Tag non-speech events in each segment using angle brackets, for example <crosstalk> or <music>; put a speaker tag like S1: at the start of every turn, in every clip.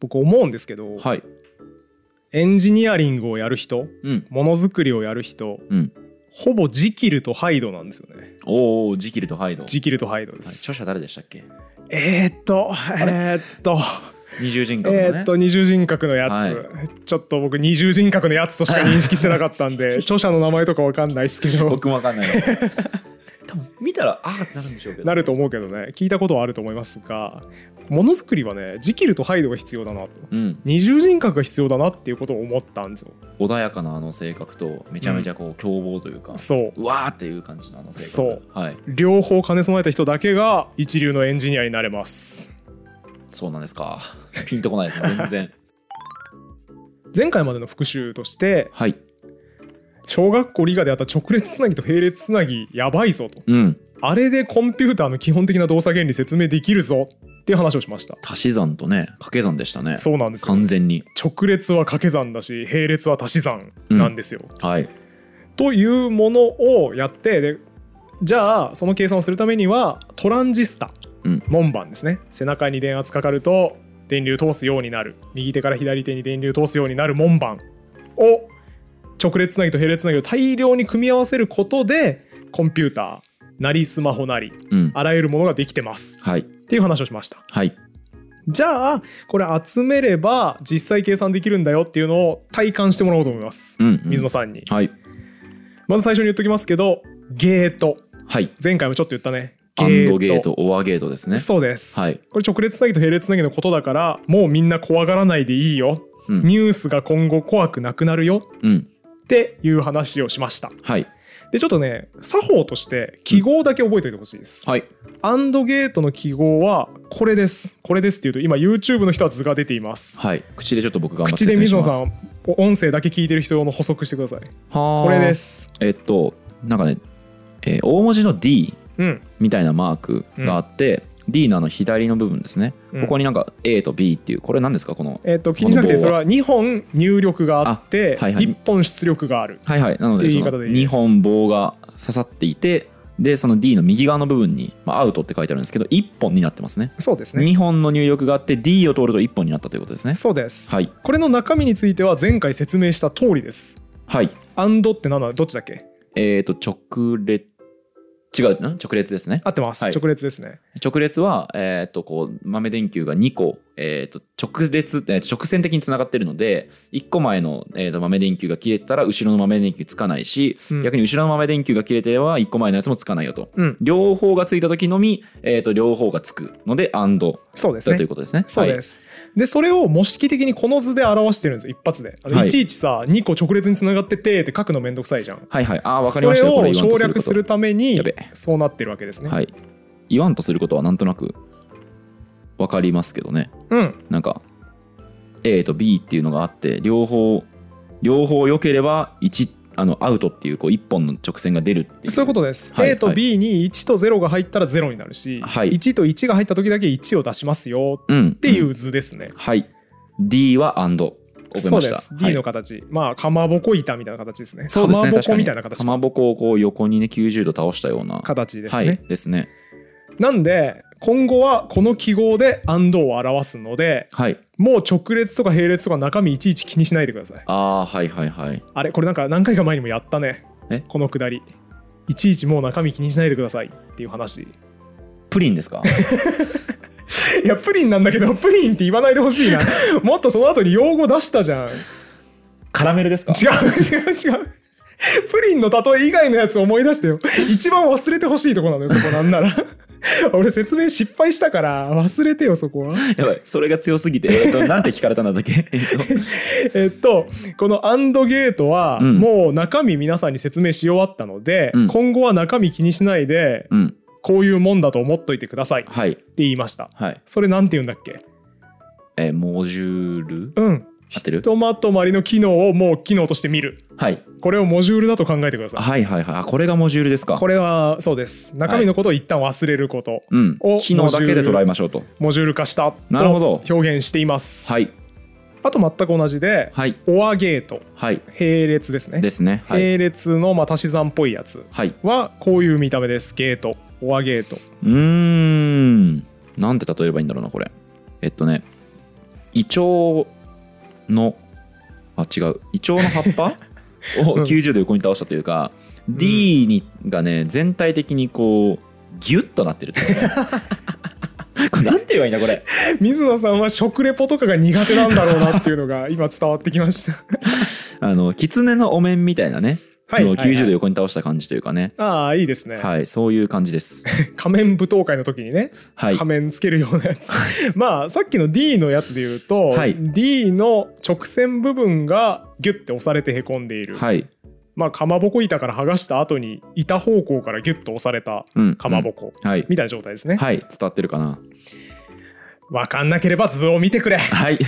S1: 僕思うんですけど、
S2: はい。
S1: エンジニアリングをやる人
S2: うん。
S1: ものづくりをやる人
S2: うん。
S1: ほぼジキルとハイドなんですよね
S2: おお、ジキルとハイド。
S1: ジキルとハイドで
S2: はい
S1: す、
S2: 著者誰でしたっけ
S1: えー、っとえー、っと
S2: 二重人格のね。
S1: えーっと二重人格のやつ、
S2: は
S1: ちょっと僕二重人格のやつ
S2: <laughs>
S1: としか認識してなかったんで著者の名前とかわかんないですけど
S2: 僕もわかんないです。 <laughs> 多分見たらあーって <laughs> なるんでしょうけど。
S1: なると思うけどね聞いたことはあると思いますがものづくりはねジキルとハイドが必要だなと
S2: うん、
S1: 二重人格が必要だなっていうことを思ったんですよ
S2: 穏やかなあの性格とめちゃめちゃこう凶暴というか、
S1: そう
S2: うわーっていう感じのあの性格はい
S1: 両方兼ね備えた人だけが一流のエンジニアになれます
S2: そうなんですかピンとこないですね全然 <laughs>
S1: 前回までの復習として
S2: はい
S1: 小学校理科であった直列つなぎと並列つなぎやばいぞと
S2: うん
S1: あれでコンピューターの基本的な動作原理説明できるぞっていう話をしました
S2: 足し算とね掛け算でしたね
S1: そうなんですよ
S2: 完全に
S1: 直列は掛け算だし並列は足し算なんですよ、
S2: はい
S1: というものをやってでじゃあその計算をするためにはトランジスタ、
S2: うん
S1: 門番ですね背中に電圧かかると電流通すようになる右手から左手に電流通すようになる門番を直列つなぎと並列つなぎを大量に組み合わせることでコンピューターなりスマホなり
S2: うん
S1: あらゆるものができてます
S2: はい
S1: っていう話をしました
S2: はい
S1: じゃあこれ集めれば実際計算できるんだよっていうのを体感してもらおうと思います
S2: うん、うん、
S1: 水野さんに、
S2: はい
S1: まず最初に言っときますけどゲート
S2: はい
S1: 前回もちょっと言ったね
S2: アンドゲートオアゲートですね
S1: そうです、
S2: はい
S1: これ直列なぎと並列なぎのことだからもうみんな怖がらないでいいよ、
S2: うん
S1: ニュースが今後怖くなくなるよ
S2: うん
S1: っていう話をしました
S2: はい
S1: でちょっとね作法として記号だけ覚えておいてほしいです、
S2: はい
S1: アンドゲートの記号はこれですこれですっていうと今 YouTube の人は図が出ています
S2: はい口でちょっと僕頑張っ
S1: 口
S2: て説
S1: で
S2: 明し
S1: 水野
S2: ます
S1: さん音声だけ聞いてる人用の補足してください
S2: はー
S1: これです
S2: えっとなんかね、えー大文字の D
S1: うん
S2: みたいなマークがあって、D のあの左の部分ですね、
S1: うん
S2: ここになんか A と B っていうこれ何ですかこの
S1: えっ、と気にしなくていいそれは2本入力があって
S2: あはいはい
S1: 1本出力がある
S2: はいはいなの
S1: って
S2: で
S1: い
S2: そう
S1: 言い方
S2: の
S1: でいいで
S2: 2
S1: す
S2: 本棒が刺さっていてでその D の右側の部分に、まあ、アウトって書いてあるんですけど1本になってますね
S1: そうですね
S2: 2本の入力があって D を通ると1本になったということですね
S1: そうです、
S2: はい
S1: これの中身については前回説明した通りです。
S2: はい
S1: アンドって何だどっちだっけ
S2: えっ、と直列違うん直列ですね
S1: 合ってます、
S2: はい
S1: 直列ですね。
S2: 直列は、えー、とこう豆電球が2個、えー、と直列、えー直線的につながってるので1個前の、えー、と豆電球が切れてたら後ろの豆電球つかないし、
S1: うん
S2: 逆に後ろの豆電球が切れてれば1個前のやつもつかないよと
S1: うん、
S2: 両方がついた時のみ、えー、と両方がつくので and
S1: そうです
S2: だと
S1: ね
S2: いう。ことですね。
S1: そうです、でそれを模式的にこの図で表してるんですよ一発であの、
S2: はい
S1: い、ちいちさ2個直列につながっててって書くのめんどくさいじゃん
S2: はい、はいはいああ分かりましたよ
S1: そ
S2: こ
S1: れを
S2: れ言わん
S1: 省
S2: とするこ
S1: 略
S2: と
S1: するために
S2: やべえ
S1: そうなってるわけですね、
S2: はい、言わんとすることはなんとなく分かりますけどね
S1: うん
S2: なんか A と B っていうのがあって両方両方良ければ1あのアウトっていうこう1本の直線が出るっていう
S1: そういうこととです、
S2: はい
S1: A と B に1と0が入ったら0になるし、
S2: はい
S1: 1と1が入った時だけ1を出しますよっ
S2: うんって
S1: いう図ですね、
S2: はい D は and 覚え
S1: そ
S2: ま
S1: う
S2: し
S1: で
S2: た
S1: す D の形、まあかまぼこ板みたいな形ですね
S2: そうです
S1: か
S2: ね
S1: まぼ
S2: 確
S1: こ
S2: かに
S1: みたいな形
S2: かまぼこをこう横にね90度倒したような
S1: 形です
S2: は
S1: ね、
S2: いですね
S1: なんで今後はこの記号で and を表すので
S2: はい
S1: もう直列とか並列とか中身いちいち気にしないでください
S2: ああーはいはいはい
S1: あれこれなんか何回か前にもやったね
S2: え
S1: このくだりいちいちもう中身気にしないでくださいっていう話い
S2: プリンで
S1: <laughs>
S2: すか
S1: やプリンなんだけどプリンって言わないでほしいなもっとその後に用語出したじゃん違
S2: カラメルですか
S1: う違う違うプリンの例え以外のやつ思い出してよ一番忘れてほしいとこなのよそこなんなら俺説明失敗したから忘れてよそこは
S2: やばいそれが強すぎて、え
S1: <laughs>
S2: っと、なんて聞かれたんだっけえっと
S1: えっと、このアンドゲートは、
S2: うん
S1: もう中身皆さんに説明し終わったので、
S2: うん
S1: 今後は中身気にしないで、
S2: うん
S1: こういうもんだと思っといてくださいって
S2: はい
S1: 言いました。
S2: はい
S1: それなんて言うんだっけ
S2: えーモジュール
S1: うん。
S2: 合ってる
S1: ひとまとまりの機能をもう機能として見る。
S2: はい
S1: これをモジュールだと考えてください。
S2: はいはいはいあこれがモジュールですか
S1: これはそうです。中身のことを一旦忘れること、
S2: うん
S1: を、
S2: 機能だけで捉えましょうと。
S1: モジュール化したと
S2: なるほど
S1: 表現しています。
S2: はい、
S1: あと全く同じで、
S2: はい、
S1: オアゲート、
S2: はい。
S1: 並列ですね。
S2: ですね。はい。
S1: 並列のまあ足し算っぽいやつ。
S2: はい、
S1: はこういう見た目ですゲートオアゲート
S2: うーん。なんて例えればいいんだろうな、これ。えっとね、イチョウのあ違うイチョウの葉っ
S1: <laughs>
S2: ぱを
S1: うん
S2: 90度横に倒したというか、D にがね全体的にこうギュッとなってる、
S1: <laughs>
S2: これなんて言えばいいんだこれ
S1: 水野さんは食レポとかが苦手なんだろうなっていうのが今伝わってきま
S2: <laughs>
S1: した。
S2: あの狐のお面みたいなね、
S1: はい。
S2: の90度
S1: よ。
S2: 横に倒した感じというかね
S1: ああ、いいですね。
S2: はい、そういう感
S1: <laughs>
S2: じです。
S1: 仮面舞踏会の時にね、
S2: はい、
S1: 仮面つけるようなやつ。 <laughs> まあ、さっきの D のやつで言うと、
S2: はい
S1: D の直線部分がギュッて押されてへこんでいる。
S2: はい、
S1: まあ、かまぼこ板から剥がした後に、板方向からギュッと押された
S2: うん、
S1: かまぼこ、
S2: うん、はい、
S1: みたいな状態ですね。
S2: はい、伝わってるかな。
S1: わかんなければ図を見てくれ。
S2: はい、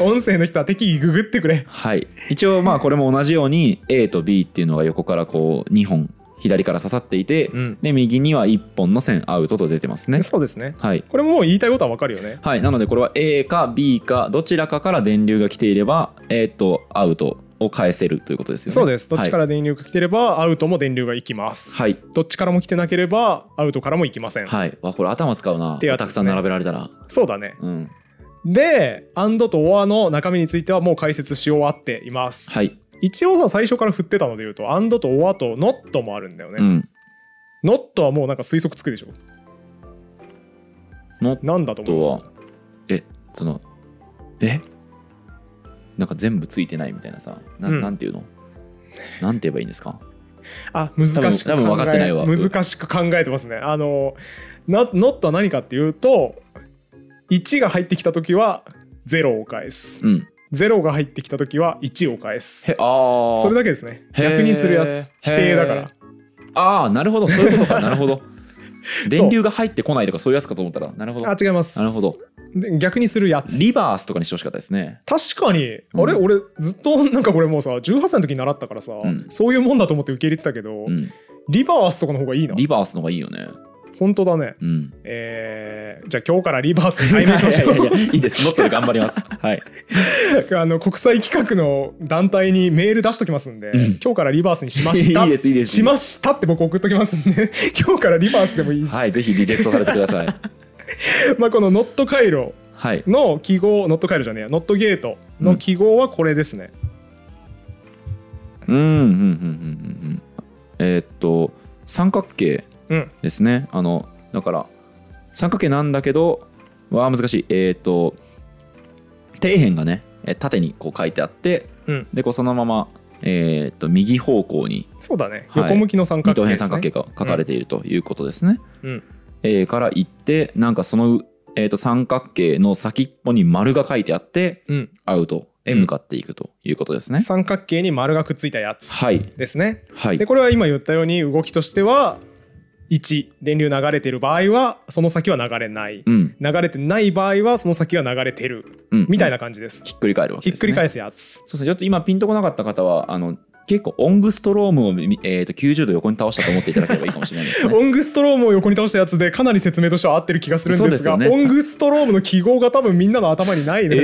S1: 音声の人は適宜ググってくれ。
S2: はい、一応まあこれも同じように A と B っていうのが横からこう2本左から刺さっていて、
S1: うん。
S2: で右には1本の線アウトと出てますね。
S1: そうですね。
S2: はい、
S1: これももう言いたいことはわかるよね。
S2: はい、なのでこれは A か B かどちらかから電流が来ていれば、えー、とアウトを返せるということですよね。
S1: そうです。どっちからら電流が来てれば、アウトも電流が行きます。
S2: はい、
S1: どっちからも来てなければ、アウトからも行きません。
S2: はい、はい、わこれ頭使うな。
S1: てやつ
S2: た
S1: ですね
S2: くさん並べられたら。
S1: そうだね。
S2: うん、
S1: で、アンドとオアの中身についてはもう解説し終わっています。
S2: はい、
S1: 一応さ、最初から振ってたので言うと、アンドとオアとノットもあるんだよ
S2: う
S1: ね。
S2: ん、
S1: ノットはもうなんか推測つくでしょ。
S2: の
S1: なんだと
S2: あ
S1: 思い
S2: と
S1: ま
S2: は
S1: す
S2: えそのえなんか全部ついてないみたいなさな,、
S1: うん
S2: ん、なんていうのなんて言えばいいんですか
S1: あ、難しく考え
S2: 多分多分分かってないわ
S1: 難しく考えてますね。あの、なノットは何かっていうと、1が入ってきたときは0を返す。
S2: うん
S1: 0が入ってきたときは1を返す。
S2: へああ
S1: それだけですね。逆にするやつ。否定だから。
S2: ああなるほどそういう
S1: <laughs>
S2: ことかなるほど電流が入ってこないとかそういうやつかと思ったらなるほど
S1: あ、違います。
S2: なるほど
S1: で逆にするやつ。
S2: リバースとかにしてほしかったですね
S1: 確かに、
S2: うん
S1: あれ俺ずっと <laughs> なんかこれもうさ18歳の時に習ったからさ、
S2: ん
S1: そういうもんだと思って受け入れてたけど、
S2: うん
S1: リバースとかの方がいいな
S2: リバースの方がいいよね
S1: 本当だね
S2: うん
S1: えーじゃあ今日からリバースに改名しましょ
S2: <laughs> いやいやいやいやいいですもっと頑張りますはい
S1: <laughs>
S2: う
S1: あの国際企画の団体にメール出しときますんで、
S2: ん
S1: 今日からリバースにしま
S2: い
S1: し
S2: <laughs> い
S1: た
S2: ですいいです
S1: しましたって僕送っときますんで <laughs> 今日からリバースでもいいです、
S2: はいぜひリジェクトされてください
S1: まあこのノット回路
S2: はい
S1: の記号ノット回路じゃねえやノットゲートの記号はこれですね、
S2: うんうんうんうんうんうんえーっと三角形
S1: うん
S2: ですね、あのだから三角形なんだけどわあ難しいえーっと底辺がねえー縦にこう書いてあって、
S1: うん
S2: でこうそのままえーっと右方向に
S1: そうだね
S2: はい
S1: 横向きの三
S2: 二
S1: 角
S2: 等
S1: 形
S2: 辺
S1: です、ね
S2: 三角形が書かれているということですね、
S1: うん、
S2: A から行ってなんかその、えーっと三角形の先っぽに丸が書いてあって
S1: うん、
S2: アウトへ向かっていくということですね、
S1: 三角形に丸がくっついたやつ
S2: はい
S1: ですね。
S2: はい
S1: でこれは今言ったように動きとしては1電流流れてる場合はその先は流れない
S2: うん
S1: 流れてない場合はその先は流れてる
S2: うん、
S1: みたいな感じです。
S2: ひっくり返るわ
S1: ひ
S2: け
S1: っ
S2: です
S1: く
S2: ね
S1: り返すやつ。
S2: そうですね、ちょっと今ピンとこなかった方は、あの結構オングストロームを、みえー、と90度横に倒したと思っていただければいいかもしれないで
S1: <laughs>
S2: すね。
S1: オングストロームを横に倒したやつでかなり説明としては合ってる気がするんですが
S2: そうですよ
S1: オ
S2: ね
S1: ングストロームの記号が多分みんなの頭にないね、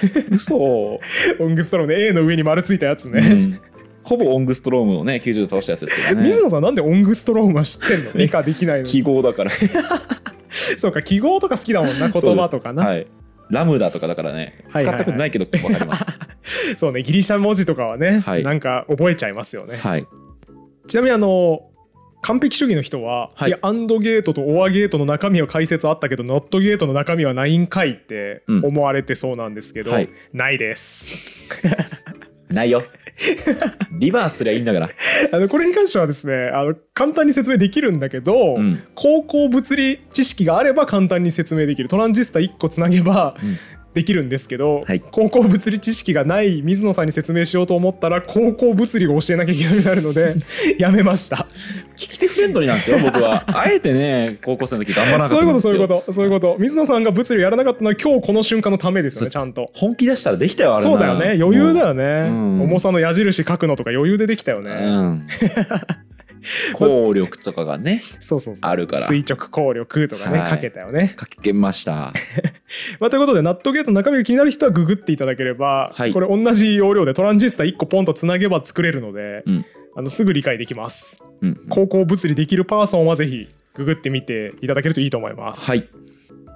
S2: ー、嘘、
S1: オングストロームの A の上に丸ついたやつ
S2: う
S1: ね、
S2: ん、ほぼオングストロームをね90度倒したやつですけどね
S1: 水。野さんなんでオングストロームは知ってんの理解できないの
S2: 記
S1: に
S2: 号だから
S1: そうか記号とか好きだもんな言葉とかな
S2: はい、ラムダとかだからね
S1: はいは
S2: 使
S1: いはい
S2: ったことないけど分かります。
S1: そうねギリシャ文字とかはね、
S2: はい
S1: なんか覚えちゃいます <laughs> よね、
S2: はい、
S1: ちなみにあの完璧主義の人は、、
S2: はいい
S1: やアンドゲートとオアゲートの中身は解説あったけどノットゲートの中身はないんかいって
S2: うん
S1: 思われてそうなんですけど、
S2: はい
S1: ないです
S2: ないよ。 <laughs> リバースすりゃいいんだから。
S1: あのこれに関してはですねあの簡単に説明できるんだけど、
S2: うん
S1: 高校物理知識があれば簡単に説明できるトランジスタ1個つなげば
S2: うん
S1: できるんですけど、
S2: はい
S1: 高校物理知識がない水野さんに説明しようと思ったら高校物理を教えなきゃいけなくなるの
S2: <laughs>
S1: でやめました
S2: 聞き手フレンドリーなん <laughs> ですよ僕は。あえてね高校生の時頑張らなか
S1: そ
S2: っ
S1: う
S2: た
S1: い
S2: ん
S1: うこ
S2: で
S1: と
S2: す
S1: そ
S2: よ。
S1: ういうことそういうこと水野さんが物理をやらなかったのは今日この瞬間のためですよね
S2: そうです
S1: ちゃんと
S2: 本気出したらできたよあれな
S1: そうだよね余裕だよね、
S2: うん
S1: 重さの矢印書くのとか余裕でできたよね、 <laughs>
S2: うん、効力とかがね
S1: そうそうそう
S2: あるから
S1: 垂直効力とかね、
S2: はい
S1: かけたよね、
S2: かけました
S1: まあ、ということでナットゲートの中身が気になる人はググっていただければ、
S2: はい
S1: これ同じ容量でトランジスタ1個ポンとつなげば作れるので、
S2: うん
S1: あのすぐ理解できます
S2: うん
S1: 高校物理できるパーソンはぜひググってみていただけるといいと思います、
S2: はい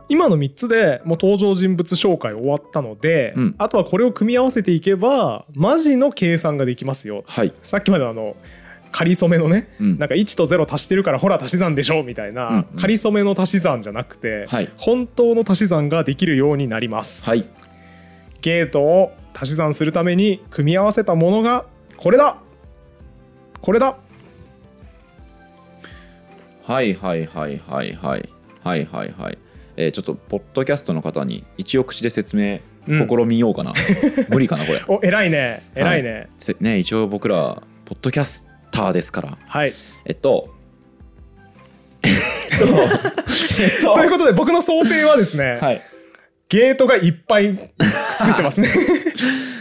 S1: 今の3つでもう登場人物紹介終わったので、
S2: うん
S1: あとはこれを組み合わせていけばマジの計算ができますよ
S2: はい。
S1: さっきまであの仮初めのね
S2: うん
S1: なんか1と0足してるからほら足し算でしょみたいな、
S2: うんうん
S1: 仮初めの足し算じゃなくて、
S2: はい。
S1: 本当の足し算ができるようになります
S2: はい。
S1: ゲートを足し算するために組み合わせたものがこれだこれだ
S2: はいはいはいはいはいはいはいはい、えーちょっとポッドキャストの方に一応口で説明
S1: うん
S2: 試みようか
S1: <laughs>
S2: な、無理かなこれ
S1: お偉いね偉いね
S2: せね一応僕らポッドキャスターですから
S1: はい、
S2: えっと
S1: <laughs>
S2: えっと
S1: ということで僕の想定はですね、
S2: はい
S1: ゲートがいっぱいくっついて
S2: <laughs>
S1: ますね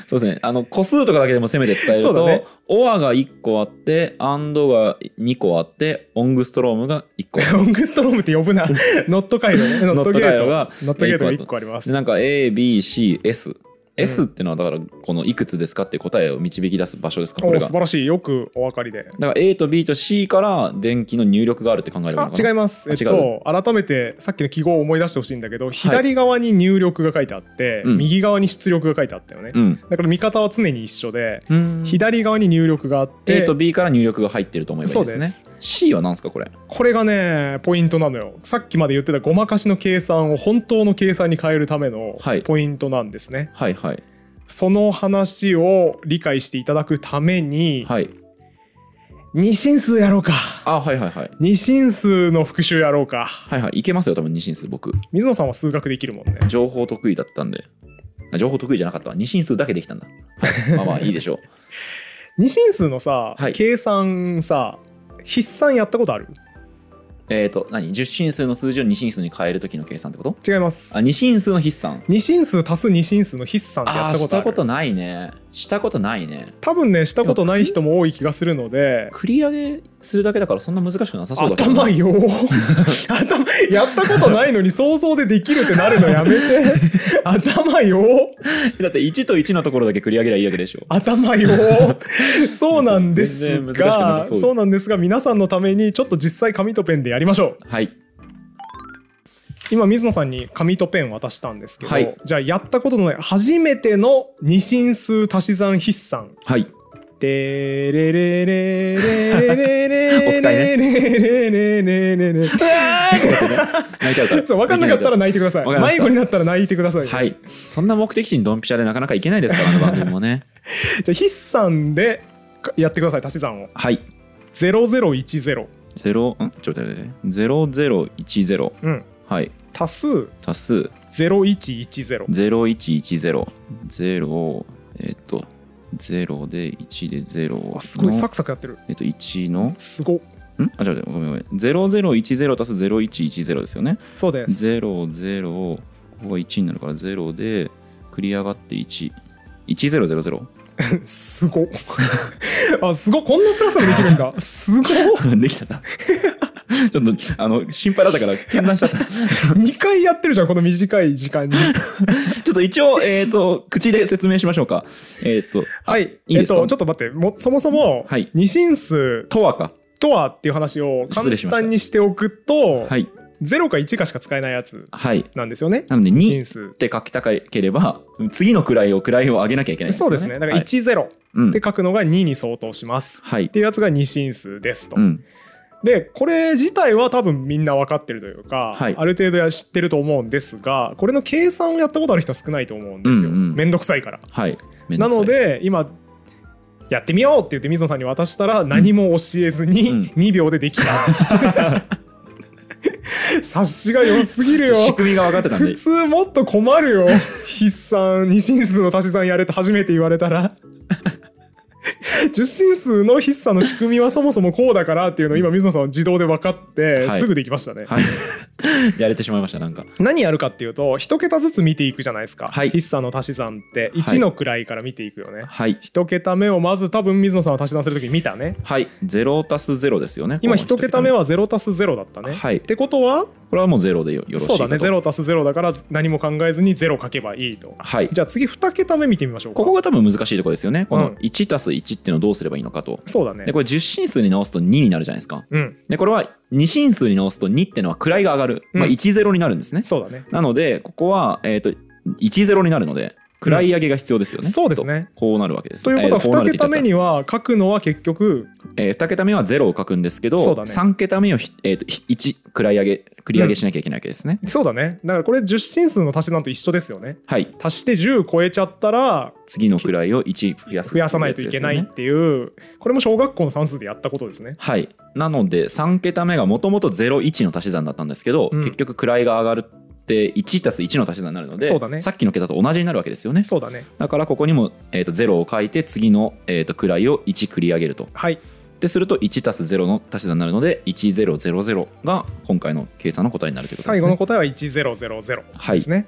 S2: そうですねあの個数とかだけでもせめて伝え
S1: そ
S2: る
S1: うだ
S2: と、
S1: ね
S2: オアが1個あってアンドが2個あってオングストロームが1個
S1: <laughs> ロングストロームって呼
S2: <laughs>
S1: ぶなノット回路ねノットゲートノ
S2: ノ
S1: ッ
S2: ッ
S1: ト
S2: ト
S1: ゲ
S2: ゲ
S1: ー
S2: ー
S1: トが1
S2: トが
S1: 個あります
S2: でなんか ABCS。S ってのはだからこのいくつですかって答えを導き出す場所ですかこ
S1: お
S2: れ
S1: お
S2: が。
S1: 素晴
S2: だか
S1: らしいよくお分かりで
S2: ら A と B と C から電気の入力があるって考えればいい
S1: あ
S2: のかな
S1: 違いますえ
S2: あ
S1: っ
S2: 違う
S1: と改めてさっきの記号を思い出してほしいんだけど左側に入力が書いてあって、
S2: うん
S1: 右側に出力が書いてあったよね、
S2: うん
S1: だから見方は常に一緒で
S2: うん。
S1: 左側に入力があって、
S2: A と B から入力が入ってると思えばいいですね。
S1: そ
S2: C は何ですかこれ。
S1: これがねポイントなのよさっきまで言ってたごまかしの計算を本当の計算に変えるための
S2: はい
S1: ポイントなんですね、
S2: はいはい。
S1: その話を理解していただくために、
S2: はい。
S1: 二進数やろうか
S2: あはいはいはい。
S1: 二進数の復習やろうか
S2: はいはい。いけますよ多分二進数僕。
S1: 水野さんは数学できるもんね
S2: 情報得意だったんで。あ情報得意じゃなかったわ。二進数だけできたんだ。
S1: <laughs>
S2: はいまあまあいいでしょう。
S1: 二進数のさ、
S2: はい
S1: 計算さ筆算やったことある
S2: えっと何十進数の数字を二進数に変える時の計算ってこと
S1: 違います
S2: あ二進数の筆算。
S1: 二進数足す二進数の筆算ってやっ
S2: あー
S1: たこ
S2: し
S1: とあ
S2: た
S1: る
S2: ことないねしたことないね
S1: 多分ねしたことない人も多い気がするので
S2: 繰り上げするだけだからそんな難しくなさそうだけどな
S1: 頭よ頭やったことないのに想像でできるってなるのやめて頭よ
S2: <laughs> だって1と1のところだけ繰り上げりゃいいわけでしょ
S1: 頭よそうなんです
S2: 全然難しくな
S1: が
S2: さそう
S1: そうなんですが皆さんのためにちょっと実際紙とペンでやりましょう
S2: はい
S1: 今水野さんに紙とペン渡したんですけど、
S2: はい
S1: じゃあやったことのない初めての二進数足し算筆算
S2: はい
S1: でれれれれれれれ
S2: お使いね
S1: れれれれれれ
S2: 泣いちゃうから
S1: <laughs> そう分かんなかったら泣いてください
S2: わかりまし
S1: 迷
S2: た
S1: 子になったら泣いてください、
S2: はいそんな目的地にドンピシャでなかなかいけないですからあの番組もね
S1: じゃあ筆算でやってください足し算を
S2: はい
S1: 0010、
S2: 0んちょっと待って0010
S1: うん、
S2: はい
S1: 足す
S2: 足す
S1: 0110
S2: 0110ゼロえっと0で1で0
S1: あすごいサ
S2: の
S1: クサクやってる
S2: えっと1の
S1: すご
S2: んあ、違う違う、ごめんごめん。0010足す0110ですよね。
S1: そうです
S2: 00、ここが1になるから0で、繰り上がって1。1000
S1: すご <laughs> あすごこんなスラスラできるんだすご
S2: <laughs> できちゃった。 <laughs> ちょっとあの心配だったから検断しちゃった。 <laughs>
S1: 2回やってるじゃんこの短い時間に
S2: ちょっと一応、えっ、と、口で説明しましょうか。えっ、と、あ
S1: はい
S2: いい
S1: えっ
S2: ですか、
S1: とちょっと待ってもうそもそも
S2: はい
S1: 二進数
S2: とわか。
S1: とはっていう話を
S2: 失
S1: 簡
S2: 礼しました
S1: 単にしておくと
S2: はい。
S1: 0か1かしか使えないやつ
S2: はい。
S1: なんですよね
S2: なので、
S1: 二
S2: 2
S1: 進
S2: っ
S1: 数
S2: て書きたければ、次の位を、位を上げなきゃいけないん
S1: そうですねだから
S2: はい
S1: 10っ
S2: うん
S1: て書くのが2に相当します
S2: はい
S1: っ。ていうやつが二進数ですと
S2: うん。
S1: でこれ自体は多分みんな分かってるというか、
S2: はい
S1: ある程度は知ってると思うんですがこれの計算をやったことある人は少ないと思うんですよ、
S2: うんうん
S1: めんどくさいから
S2: はい。めん
S1: な
S2: どくさい
S1: の、で今やってみようって言って水野さんに渡したら何も教えず
S2: うん
S1: に2秒でできた、
S2: <laughs>
S1: 察しが良すぎる
S2: ち
S1: よ
S2: ょっと仕組みが分かってたん
S1: 普 <laughs>
S2: で、
S1: 通もっと困るよ筆算二進数の足し算やれって初めて言われたら十進数の筆算の仕組みはそもそもこうだからっていうのを今水野さんは自動で分かって
S2: はい
S1: すぐできましたね、
S2: はい、やれてしまいま <laughs> したなんか
S1: 何やるかっていうと一桁ずつ見ていくじゃないですか、
S2: はい
S1: 筆算の足し算って
S2: はい
S1: 1の位から見ていくよね、
S2: はい
S1: 一桁目をまず多分水野さんは足し算するとき見たね
S2: はい0足す0ですよね
S1: 今一桁目は0足す0だったね、
S2: はい
S1: ってことは
S2: これはもうゼロでよよろしいか
S1: そう
S2: と
S1: だね0足す0だから何も考えずに0書けばいいと
S2: はい
S1: じゃあ次2桁目見てみましょうか
S2: ここが多分難しいところですよねこ
S1: う
S2: の
S1: ん
S2: 1足す1っていうのをどうすればいいのかと
S1: そうだね
S2: でこれ10進数に直すと2になるじゃないですか
S1: うん
S2: でこれは2進数に直すと2ってのは位が上がる、まあ、
S1: うん
S2: 10になるんですね、
S1: そうだね
S2: なのでここは、えー、と10になるので位上げが必要ですよね、
S1: そうですね
S2: とこうなるわけです
S1: ということは
S2: えーこうな
S1: 2
S2: るって
S1: 桁目
S2: 言
S1: に
S2: っちゃっ
S1: は書くのは結局
S2: たえー、2桁目は0を書くんですけど、
S1: そうだね
S2: 3桁目をひ、えー、とひ1位上げ繰り上げしなきゃいけないわけですね、
S1: そうだねだからこれ10進数の足し算と一緒ですよね
S2: はい
S1: 足して10超えちゃったら
S2: 次の位を1増やすって
S1: 増
S2: う
S1: やさない
S2: やつ
S1: とい
S2: です
S1: け
S2: よ
S1: ないっ
S2: ね
S1: ていうこれも小学校の算数でやったことですね
S2: はい、なので3桁目がもともと01の足し算だったんですけど、
S1: うん
S2: 結局位が上がるって1足す1の足し算になるので
S1: そうだね
S2: さっきの桁と同じになるわけですよね
S1: そうだね
S2: だからここにも、えー、と0を書いて次の、えー、と位を1繰り上げると
S1: はい
S2: ってすると1足す0の足し算になるので1000が今回の計算の答えになるということ
S1: 最
S2: です、ね、
S1: 後の答えは1000
S2: は
S1: で
S2: い
S1: す、ね、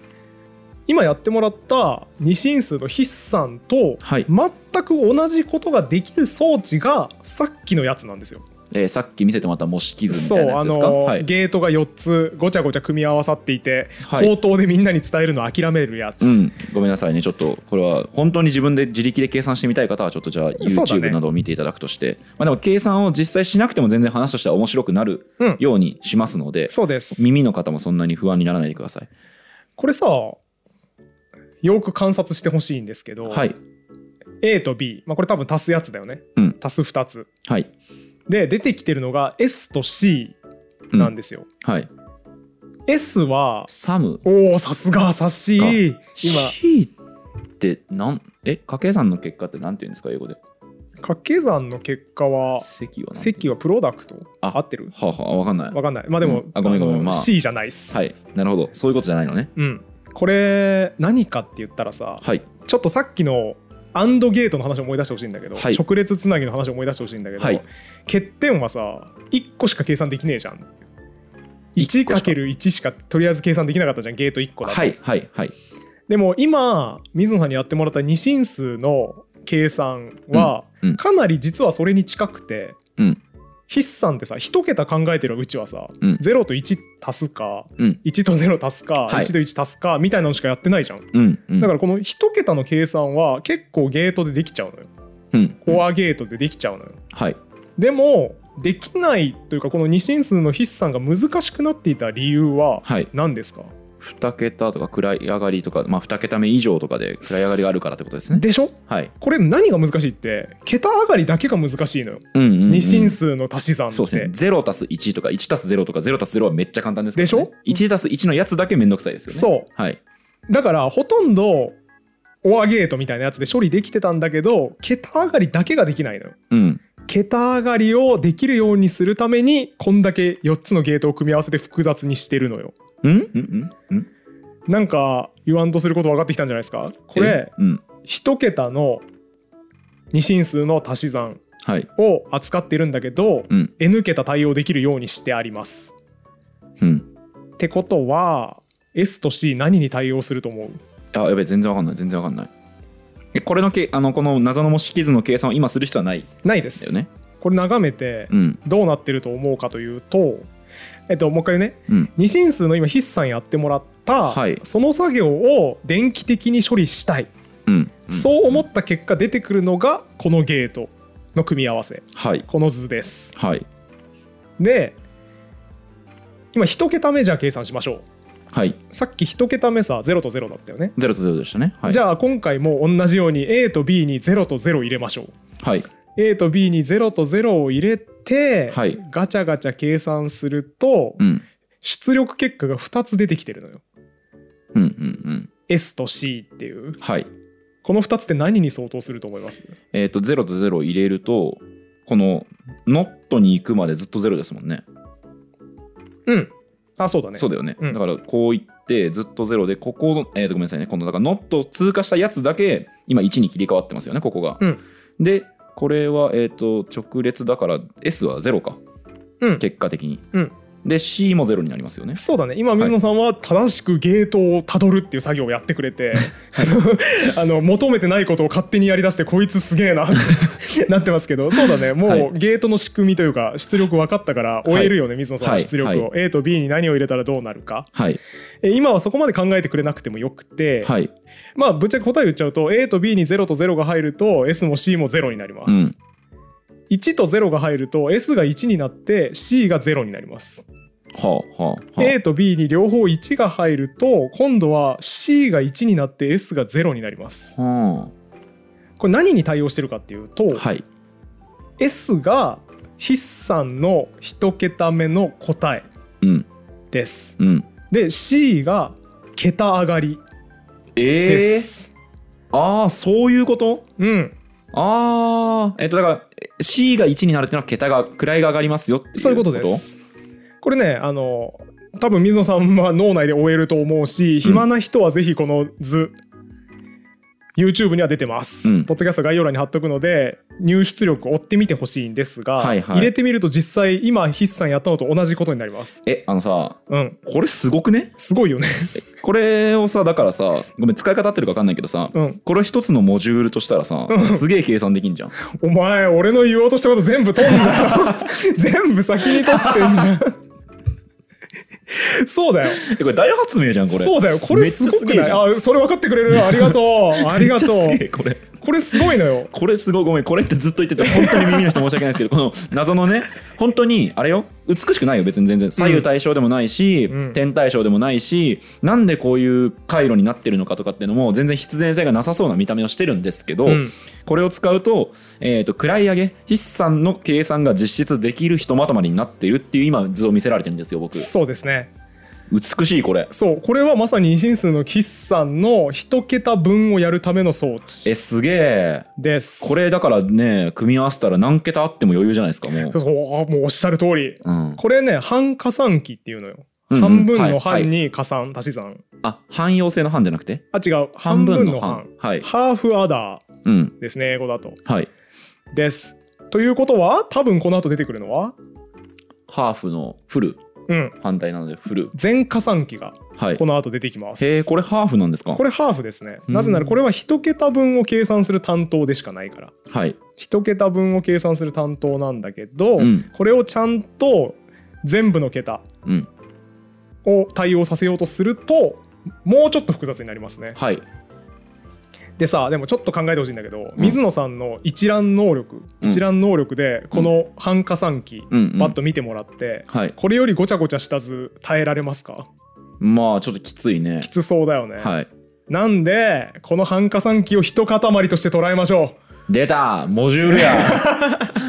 S1: 今やってもらった二進数の筆算と
S2: はい
S1: 全く同じことができる装置がさっきのやつなんですよ。
S2: えーさっき見せてもらった模式図み
S1: そ
S2: たいうなや
S1: あ
S2: つですか、
S1: の、
S2: はい、
S1: ゲートが4つごちゃごちゃ組み合わさっていて、
S2: はい
S1: 口頭でみんなに伝えるの諦めるやつ、
S2: うん、ごめんなさいねちょっとこれは本当に自分で自力で計算してみたい方はちょっとじゃあ
S1: そうだね
S2: YouTube などを見ていただくとして、まあ、でも計算を実際しなくても全然話としては面白くなる
S1: うん
S2: ようにしますので、
S1: そうです
S2: 耳の方もそんなに不安にならないでください。
S1: これさよく観察してほしいんですけど、
S2: はい、
S1: A と B、まあ、これ多分足すやつだよね、
S2: うん
S1: 足す2つ
S2: はい、
S1: で出てきてるのが S と C
S2: うん
S1: なんですよ、
S2: はい、
S1: S は
S2: サム
S1: おおさすがさしい今
S2: C ってなんえ掛け算の結果ってなんて言うんですか英語で
S1: 掛け算の結果は
S2: 積はなんて
S1: 積はプロダクト
S2: あ
S1: 合ってる
S2: はあ、はあ、わかんない
S1: わかんないまあでも、
S2: うんあごめんごめん
S1: あの
S2: まあ
S1: C じゃないっす、
S2: はいなるほどそういうことじゃないのね
S1: うん、これ何かって言ったらさ
S2: はい
S1: ちょっとさっきのアンドゲートの話を思い出してほしいんだけど、
S2: はい
S1: 直列つなぎの話を思い出してほしいんだけど、
S2: はい
S1: 欠点はさ1個しか計算できねえじゃん
S2: 一個しか
S1: 1×1 しかとりあえず計算できなかったじゃんゲート1個だと、
S2: はいはいはい
S1: でも今水野さんにやってもらった二進数の計算は、
S2: うんうん
S1: かなり実はそれに近くて、
S2: うん
S1: 筆算ってさ1桁考えてるうちはさ、
S2: うん
S1: 0と1足すか、
S2: うん
S1: 1と0足すか、
S2: はい
S1: 1と1足すかみたいなのしかやってないじゃん
S2: うんうん
S1: だからこの1桁の計算は結構ゲートでできちゃうのよ。
S2: うん
S1: コアゲートでできちゃうのよ。
S2: はい
S1: でもできないというかこの二進数の筆算が難しくなっていた理由は
S2: はい
S1: 何ですか、
S2: 2桁とか暗い上がりとかまあ2桁目以上とかで暗い上がりがあるからってことですね
S1: でしょ
S2: はい
S1: これ何が難しいって桁上がりだけが難しいのよ。
S2: うんうんうん
S1: 二進数の足し算って。
S2: そうですね0足す1とか1足す0とか0足す0はめっちゃ簡単ですけどね、
S1: で
S2: 1足す1のやつだけめんどくさいですよねう
S1: そう
S2: はい
S1: だからほとんどオアゲートみたいなやつで処理できてたんだけど桁上がりだけができないのよ。
S2: うん
S1: 桁上がりをできるようにするためにこんだけ4つのゲートを組み合わせて複雑にしてるのよ。
S2: うんうんうんうん
S1: なんか言わんとすること分かってきたんじゃないですかこれ
S2: えうん
S1: 一桁の二進数の足し算
S2: はい
S1: を扱ってるんだけど、
S2: うん
S1: N 桁対応できるようにしてあります。
S2: うん
S1: ってことは S と C 何に対応すると思う
S2: あやべえ全然わかんない全然わかんないえこれのけあのこの謎の模式図の計算を今する人はないん
S1: ないで
S2: だ
S1: す。
S2: よね
S1: これ眺めて
S2: うん
S1: どうなってると思うかというと、えっと、もう一回ね
S2: うん
S1: 二進数の今筆算やってもらった、
S2: はい
S1: その作業を電気的に処理したい、
S2: うんうん
S1: そう思った結果出てくるのがこのゲートの組み合わせ
S2: はい
S1: この図です
S2: はい
S1: で今1桁目じゃあ計算しましょう
S2: はい
S1: さっき1桁目さ0と0だったよね、
S2: 0と0でしたねはい
S1: じ
S2: ゃ
S1: ゃあ今回も同じように A と B に0と0入れましょう
S2: はい
S1: A と B に0と0を入れて、
S2: はい
S1: ガチャガチャ計算すると、
S2: うん
S1: 出力結果が2つ出てきてるのよ
S2: うんうんうん
S1: S と C っていう
S2: はい
S1: この2つって何に相当すると思います
S2: えっ、と0と0入れるとこのノットに行くまでずっと0ですもんね
S1: うんあそうだね
S2: そうだよね、
S1: うん
S2: だからこういってずっと0でここの、えーとごめんなさいね今度だからノットを通過したやつだけ今1に切り替わってますよねここが、
S1: うん
S2: でこれはえっ、と直列だから S は0か
S1: うん
S2: 結果的に、
S1: うん
S2: で C もゼロになりますよね
S1: そうだね今水野さんは正しくゲートをたどるっていう作業をやってくれて、 <laughs> あの求めてないことを勝手にやりだしてこいつすげ
S2: <laughs>
S1: えなってなってますけどそうだねもう、
S2: はい
S1: ゲートの仕組みというか出力分かったから終えるよね、水野さん
S2: は
S1: はい出力を、
S2: は
S1: A と B に何を入れたらどうなるか
S2: はい
S1: え今はそこまで考えてくれなくてもよくて、
S2: はい
S1: まあぶっちゃけ答え言っちゃうと A と B に0と0が入ると S も C も0になりま
S2: う
S1: す、
S2: ん
S1: 1と0が入ると S が1になって C が0になります
S2: はあはあはあ
S1: A と B に両方1が入ると今度は C が1になって S が0になります
S2: は
S1: これ何に対応してるかっていうと、
S2: あはい
S1: S が筆算の1桁目の答え
S2: うん
S1: です
S2: うん
S1: で C が桁上がりで
S2: えー、
S1: す、
S2: ああそういうこと
S1: うん
S2: ああえっとだからえ C が1になるっていうのは桁が位が上がりますよっていう
S1: そういうことですこれねあの多分水野さんは脳内で終えると思うし暇な人はぜひこの図 YouTube には出てます、
S2: うん
S1: ポッドキャスト概要欄に貼っとくので入出力追ってみてほしいんですが、
S2: はいはい
S1: 入れてみると実際今筆算やったのと同じことになります
S2: えあのさ
S1: うん
S2: これすごくね
S1: すごいよね
S2: これをさだからさごめん使い方合ってるか分かんないけどさ
S1: うん
S2: これを一つのモジュールとしたらさ
S1: うん
S2: すげえ計算できんじゃん
S1: お前俺の言おうとしたこと全部取ん
S2: <laughs>
S1: だ全部先に取ってんじゃんそうだよ
S2: えこれ大発明じゃんこれ
S1: そうだよこれすごく
S2: めっ
S1: ない
S2: ちゃすげえじゃん
S1: あそれ分かってくれるありがとうありがと
S2: <laughs> めっちゃす
S1: う
S2: げえこれ
S1: これすごいのよ
S2: これすごいごめんこれってずっと言ってて本当に耳の人申し訳ないですけどこの謎のね本当にあれよ美しくないよ別に全然左右対称でもないし、
S1: うん
S2: 点対称でもないしなんでこういう回路になってるのかとかっていうのも全然必然性がなさそうな見た目をしてるんですけど、
S1: うん
S2: これを使うと,、えー、と位上げ筆算の計算が実質できるひとまとまりになっているっていう今図を見せられてるんですよ僕
S1: そうですね
S2: 美しいこれ
S1: そうこれはまさに二進数の筆算の一桁分をやるための装置
S2: えすげえ
S1: です
S2: これだからね組み合わせたら何桁あっても余裕じゃないですかもう
S1: そうあもうおっしゃる通り
S2: うん
S1: これね半加算機っていうのよ、
S2: うんうん
S1: 半分
S2: はい
S1: の半
S2: はい
S1: に加算足し算
S2: あ汎用性の半じゃなくて
S1: あ違う
S2: 半
S1: 半
S2: 分
S1: 分
S2: の
S1: の
S2: 半
S1: 半
S2: はい
S1: ハーフアダ
S2: うん
S1: ーですね英語だと
S2: はい
S1: ですということは多分この後出てくるのは
S2: ハーフのフル
S1: うん
S2: 反対なのでフル
S1: 全加算機が
S2: はい
S1: この後出てきます、
S2: へえこれハーフなんですか
S1: これハーフですね
S2: うん
S1: なぜならこれは一桁分を計算する担当でしかないから
S2: はい
S1: 一桁分を計算する担当なんだけど、
S2: うん
S1: これをちゃんと全部の桁
S2: うん
S1: を対応させようとするともうちょっと複雑になりますね。
S2: はい
S1: でさでもちょっと考えてほしいんだけど、水野さんの一覧能力
S2: うん
S1: 一覧能力でこの半加算機、
S2: うんうん
S1: パッと見てもらって、
S2: はい
S1: これよりごちゃごちゃした図耐えられますか
S2: まあちょっときついね
S1: きつそうだよね。
S2: はい
S1: なんでこの半加算機を一塊として捉えましょ
S2: 出たモジュー
S1: <laughs>
S2: ルや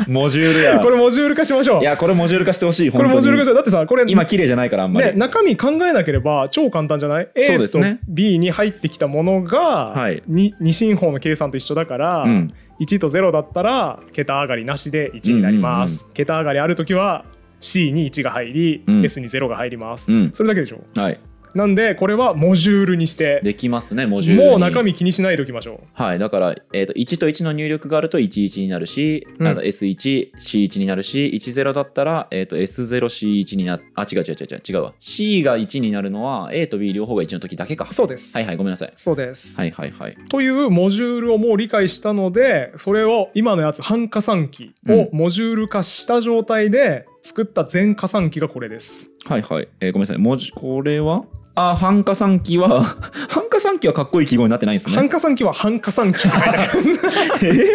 S2: モジュール
S1: う。
S2: や
S1: <laughs> これモジュール化しましょう
S2: い。やこれモジュール化してほしい
S1: これモジュール化し
S2: 本当に
S1: ようだってさこれ
S2: 今綺麗じゃないからあんま
S1: ね、
S2: り
S1: 中身考えなければ超簡単じゃない
S2: そう
S1: ?A
S2: です
S1: と
S2: ね
S1: B に入ってきたものが、
S2: はい
S1: に二進法の計算と一緒だから、
S2: うん
S1: 1と0だったら桁上がりなしで1になります、桁上がりある時は C に1が入り、
S2: うん
S1: S に0が入ります、
S2: うん
S1: それだけでしょ
S2: はい
S1: なんでこれはモジュールにして
S2: できますねモジュールに
S1: もう中身気にしないでおきましょ
S2: はい、だから、えー、と1と1の入力があると11になるし、
S1: うん
S2: あと S1C1 になるし10だったら、えー、と S0C1 になあ違う違う違う違う違うわ C が1になるのは A と B 両方が1の時だけか
S1: うそうです、
S2: はいはいごめんなさい
S1: そうです、
S2: はいはいはい
S1: というモジュールをもう理解したのでそれを今のやつ半加算機をモジュール化した状態で作った全加算機がこれです。
S2: はいはい、えーごめんなさい文字これはあ半加算機は <laughs> 半加算機はかっこいい記号になってないんですね
S1: 半加算機は半加 <laughs> 算機
S2: えー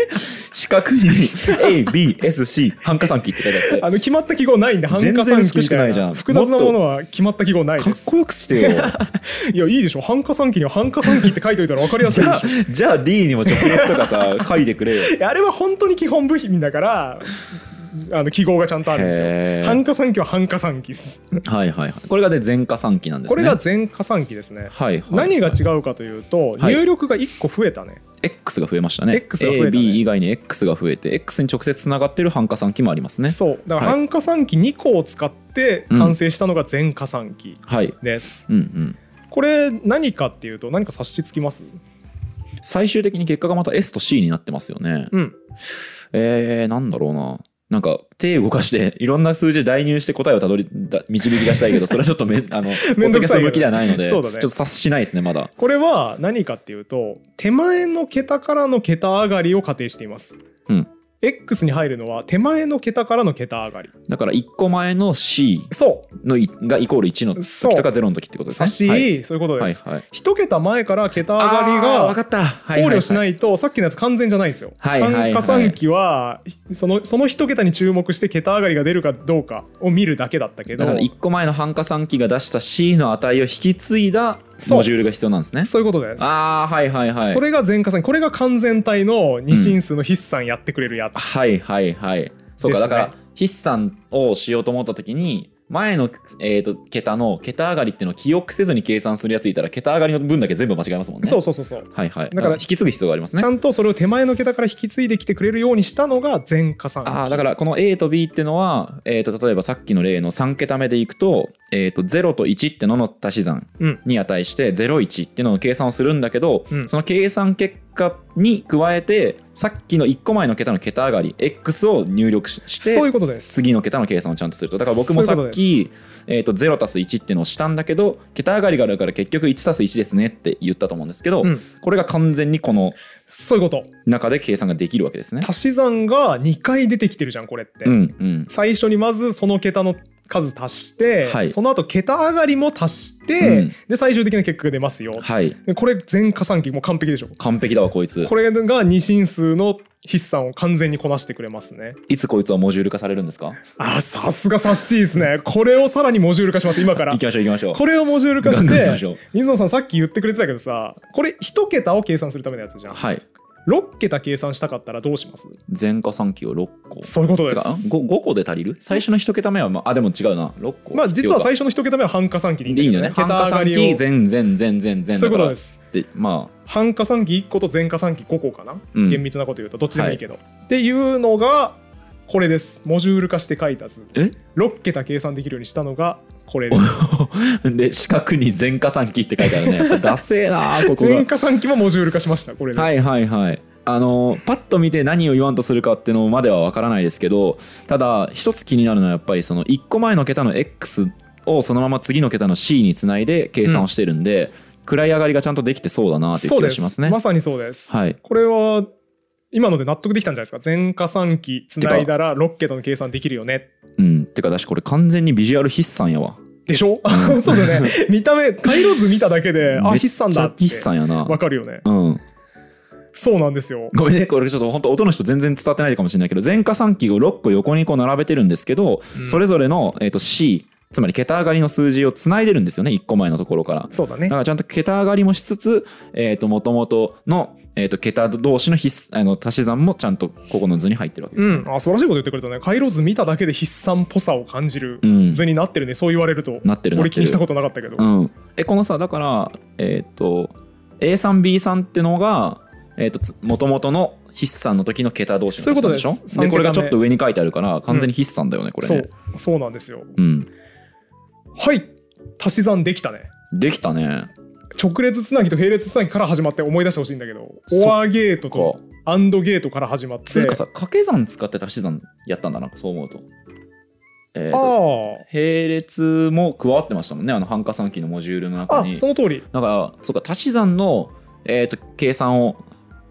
S2: 四角に ABSC 半加算機って書いてあって
S1: あの決まった記号ないんで半
S2: 全然
S1: 加算機み
S2: 美しく
S1: た
S2: ないいじゃ
S1: なん複雑なものは決まった記号ない
S2: か
S1: で
S2: っ
S1: す
S2: こよくしてよ
S1: <laughs> いやいいでしょ半加算機には半加算機って書いといたら分かりやす
S2: じ
S1: いで
S2: ゃあ
S1: しょ
S2: じゃあ D にも直列とかさ書いてくれよ
S1: <laughs> いやあれは本当に基本部品だからあの記号がちゃんとあるん
S2: へ
S1: で
S2: ー
S1: すよ半加算機は半加算機です
S2: はいはいはい。これがで全加算機なんで
S1: こ
S2: すね。
S1: れが全加算機ですね
S2: はいはい、
S1: 何が違うかというと、
S2: はい
S1: 入力が1個増えたね
S2: X が増えましたね。
S1: X が増えたね
S2: AB 以外に X が増えて X に直接つながってる半加算機もありますね。
S1: そうだから
S2: はい
S1: 半加算機2個を使って完成したのが全加算機
S2: はい。
S1: です、
S2: うんうん。
S1: これ何かっていうと何か察しつきます
S2: 最終的に結果がまた S と C になってますよね。
S1: うん
S2: えー、なんだろうな。なんか手動かしていろんな数字で代入して答えをたどりだ導き出した
S1: <laughs>
S2: いけどそれはちょっとめあのポ
S1: め
S2: ッ
S1: んどく
S2: ドキャス
S1: さいよね
S2: ト向きではないので、ち
S1: そ
S2: ょ
S1: う
S2: っ
S1: だね
S2: と察しないですねまだ
S1: これは何かっていうと手前の桁からの桁上がりを仮定しています、
S2: うん、
S1: X に入るのは手前の桁からの桁上がり
S2: だから1個前の C
S1: そ
S2: のいがイコール1の
S1: そう
S2: 時とか0の時ってこと
S1: う
S2: ですね
S1: 差し、
S2: はい
S1: そういうこと
S2: は
S1: で
S2: い
S1: す、
S2: はい
S1: 一桁前から桁上がり
S2: あーわ
S1: が
S2: かった、は
S1: 考慮しないいと、さっきのやつ完全じゃないんですよ。
S2: はいはいは
S1: 単
S2: い
S1: 価算期はそのその一桁に注目して桁上がりが出るかどうかを見るだけだったけど
S2: だから1個前の半加算期が出した C の値を引き継いだモジュールが必要なんです
S1: <laughs>
S2: ね
S1: そういうことです。
S2: ああはいはいはい
S1: それが全加算これが完全体の二進数の筆算やってくれるやつ。
S2: はいはいはいそうか、
S1: です
S2: だ
S1: ね
S2: から筆算をしようと思った時に前の、えー、と桁の桁上がりっていうのを記憶せずに計算するやついたら桁上がりの分だけ全部間違えますもんね
S1: そうそうそうそう。
S2: はいは
S1: だ
S2: いだ
S1: か
S2: からら引き継ぐ必要があります
S1: ち
S2: ね
S1: ゃんとそれを手前の桁から引き継いできてくれるようにしたのが全加算期
S2: ああだからこの A と B っていうのは、えー、と例えばさっきの例の3桁目でいくと,、えー、と0と1ってのの足し算
S1: うん
S2: に値して01っていうのの計算をするんだけど、
S1: うん
S2: その計算結果に加えてさっきの1個前の桁の桁上がり X を入力しして
S1: そういうことです。
S2: 次の桁の計算をちゃんとするとだから僕もさっ
S1: そう
S2: きえーと0たす1っていうのをしたんだけど桁上がりがあるから結局1たす1ですねって言ったと思うんですけど、
S1: うん
S2: これが完全にこの
S1: そういうこと。
S2: 中で計算ができるわけですね。
S1: 足し算が2回出てきてるじゃんこれって。
S2: うんうん、
S1: 最初にまずその桁の数足して、
S2: はい
S1: その後桁上がりも足して、
S2: うん
S1: で最終的な結果が出ますよ、
S2: はい
S1: でこれ全加算期もう完璧でしょ
S2: 完璧だわこいつ
S1: これが二進数の筆算を完全にこなしてくれますね
S2: いつこいつはモジュール化されるんですか
S1: あーさすが察しいいですねこれをさらにモジュール化します今から
S2: 行きましょう行きましょう
S1: これをモジュール化
S2: ガ
S1: し
S2: ンガン行きま
S1: て
S2: しょう
S1: 水野さんさっき言ってくれてたけどさこれ1桁を計算するためのやつじゃん
S2: はい
S1: 6桁計算したかったらどうします
S2: 全加算期を6個
S1: そういうこと
S2: て
S1: で
S2: か
S1: す
S2: 5, 個で足りる最初の1桁目は、まあ、あでも違うな6個
S1: まあ実は
S2: 必要か
S1: 最初の1桁目は半加算期でいいんだ
S2: いい
S1: け
S2: んだ
S1: ど
S2: よ
S1: ね
S2: ね半加算期全全全全全
S1: そういうことですす
S2: でまあ
S1: 半加算期1個と全加算期5個かな、
S2: うん
S1: 厳密なこと言うとどっちでもいいけど、っていうのがこれですモジュール化して書いた図
S2: え
S1: 6桁計算できるようにしたのがこ
S2: <laughs>
S1: れです
S2: で四角に全加算期って書いてあるねやっぱダセーなーここ
S1: <laughs> 全
S2: が
S1: 加算期もモジュール化しましたこれで、
S2: はいはいはいあのーパッと見て何を言わんとするかってのまでは分からないですけどただ一つ気になるのはやっぱりその1個前の桁の X をそのまま次の桁の C につないで計算をしてるんで、暗い上がりがちゃんとできてそうだなっていう
S1: そう
S2: 気が
S1: で
S2: し
S1: す
S2: ますね
S1: まさにそうです、
S2: はい
S1: これは今ので納得できたんじゃないですか全加算期つないだら6桁の計算できるよね
S2: うんてかだしこれ完全にビジュアル筆算やわ
S1: でしょ <laughs> そうだね見た目回路図見ただけであ
S2: めっちゃ
S1: 筆算だって
S2: 筆算やな
S1: わかるよね
S2: うん
S1: そうなんですよ
S2: ごめんね、これちょっと本当音の人全然伝わってないかもしれないけど、全加算期を6個横にこう並べてるんですけど、
S1: うん
S2: それぞれの、えー、と C、つまり桁上がりの数字をつないでるんですよね、1個前のところから。
S1: そうだ
S2: だ
S1: ね
S2: からちゃんと桁上がりもしつつ、えっ、と、もともとの、えー、と桁同士の必須あの足し算もちゃんとここの図に入ってるわけで
S1: う
S2: すよ、
S1: ん、あ素晴らしいこと言ってくれたね回路図見ただけで筆算っぽさを感じる
S2: うん
S1: 図になってるねそう言われると
S2: なってるなっ
S1: 俺
S2: て
S1: 気
S2: る
S1: にしたことなかったけど、
S2: うん、えこのさだからえっ、と A さん B さんってのがえっ、とつ元々の筆算の時の桁同士の
S1: そういうこと
S2: 筆算
S1: です
S2: でし
S1: 三
S2: ょ
S1: 桁
S2: でこ
S1: 目
S2: れがちょっと上に書いてあるから完全に筆算だよね、これ
S1: そ
S2: ね
S1: うそうなんですよ
S2: うん
S1: はい足し算できたね
S2: できたね
S1: 直列つなぎと並列つなぎから始まって思い出してほしいんだけど
S2: そっ
S1: オアゲート
S2: こと
S1: アンドゲートから始まって
S2: つうかさ掛け算使って足し算やったんだなそう思うと,、えー
S1: あ
S2: と並列も加わってましたもんねあの半加算期のモジュールの中
S1: あ
S2: に
S1: あその通り
S2: だからそうか足し算の、えー、と計算を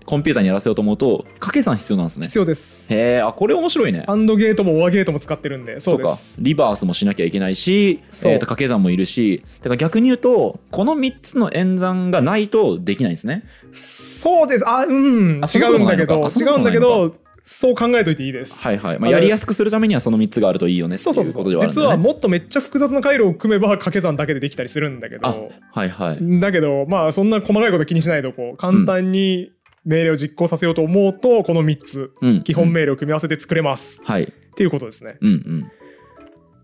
S2: コンピューターにやらせようと思うと掛け算必要なんですね
S1: 必要です
S2: へえあこれ面白いね
S1: アンドゲートもオアゲートも使ってるんでそうで
S2: か
S1: す
S2: リバースもしなきゃいけないし、え
S1: そう
S2: ーと掛け算もいるしだから逆に言うとこの3つの演算がないとできないんですね
S1: そうですあうん
S2: あ
S1: 違うんだけど
S2: そ
S1: 違
S2: んな
S1: うんだ
S2: ことない
S1: け
S2: のかあそんなことない
S1: どそう考えといていいです
S2: はいはい、
S1: あ
S2: ま
S1: れ
S2: あ、やりやすくするためにはその3つがあるといいよねって
S1: そうそう
S2: いう
S1: そう
S2: ことではあるんだ
S1: 実
S2: よ
S1: は
S2: ね
S1: もっとめっちゃ複雑な回路を組めば掛け算だけでできたりするんだけど
S2: はいはい
S1: だけどまあそんな細かいこと気にしないとこう簡単に命令を実行させようと思うとこの3つ
S2: うん
S1: 基本命令を組み合わせて作れます
S2: はい
S1: っていうことですね
S2: うんうんい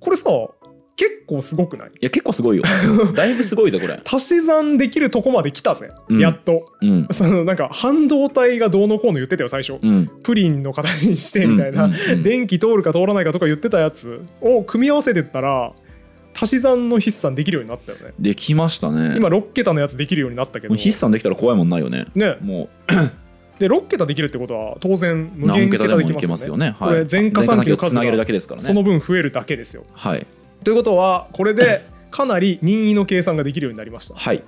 S1: これさ結構すごくない
S2: や結構す
S1: <laughs>
S2: ごいよだいぶすごいぜこれ
S1: 足し算できるとこまで来たぜ
S2: うん
S1: やっと
S2: うん
S1: そのなんか半導体がどうのこうの言ってたよ最初
S2: うん
S1: プリンの形にしてみたいな
S2: うんうんうん
S1: 電気通るか通らないかとか言ってたやつを組み合わせてったら足し算の筆算できるようになったよね
S2: できましたね
S1: 今6桁のやつできるようになったけど
S2: もう筆算できたら怖いもんないよね
S1: ね
S2: もう
S1: で6桁できるってことは当然無
S2: 何
S1: 限
S2: 桁
S1: 桁
S2: で
S1: で
S2: も
S1: き
S2: い
S1: ま
S2: け
S1: すよね
S2: ますよね。は
S1: これ
S2: い、
S1: 全加算機の数
S2: つなげるだ
S1: が
S2: けですから
S1: そ
S2: ね。
S1: の分増えるだけですよ。
S2: はい。
S1: ということはこれ
S2: <laughs>
S1: でかなり任意の計算ができるようになりました。
S2: はい。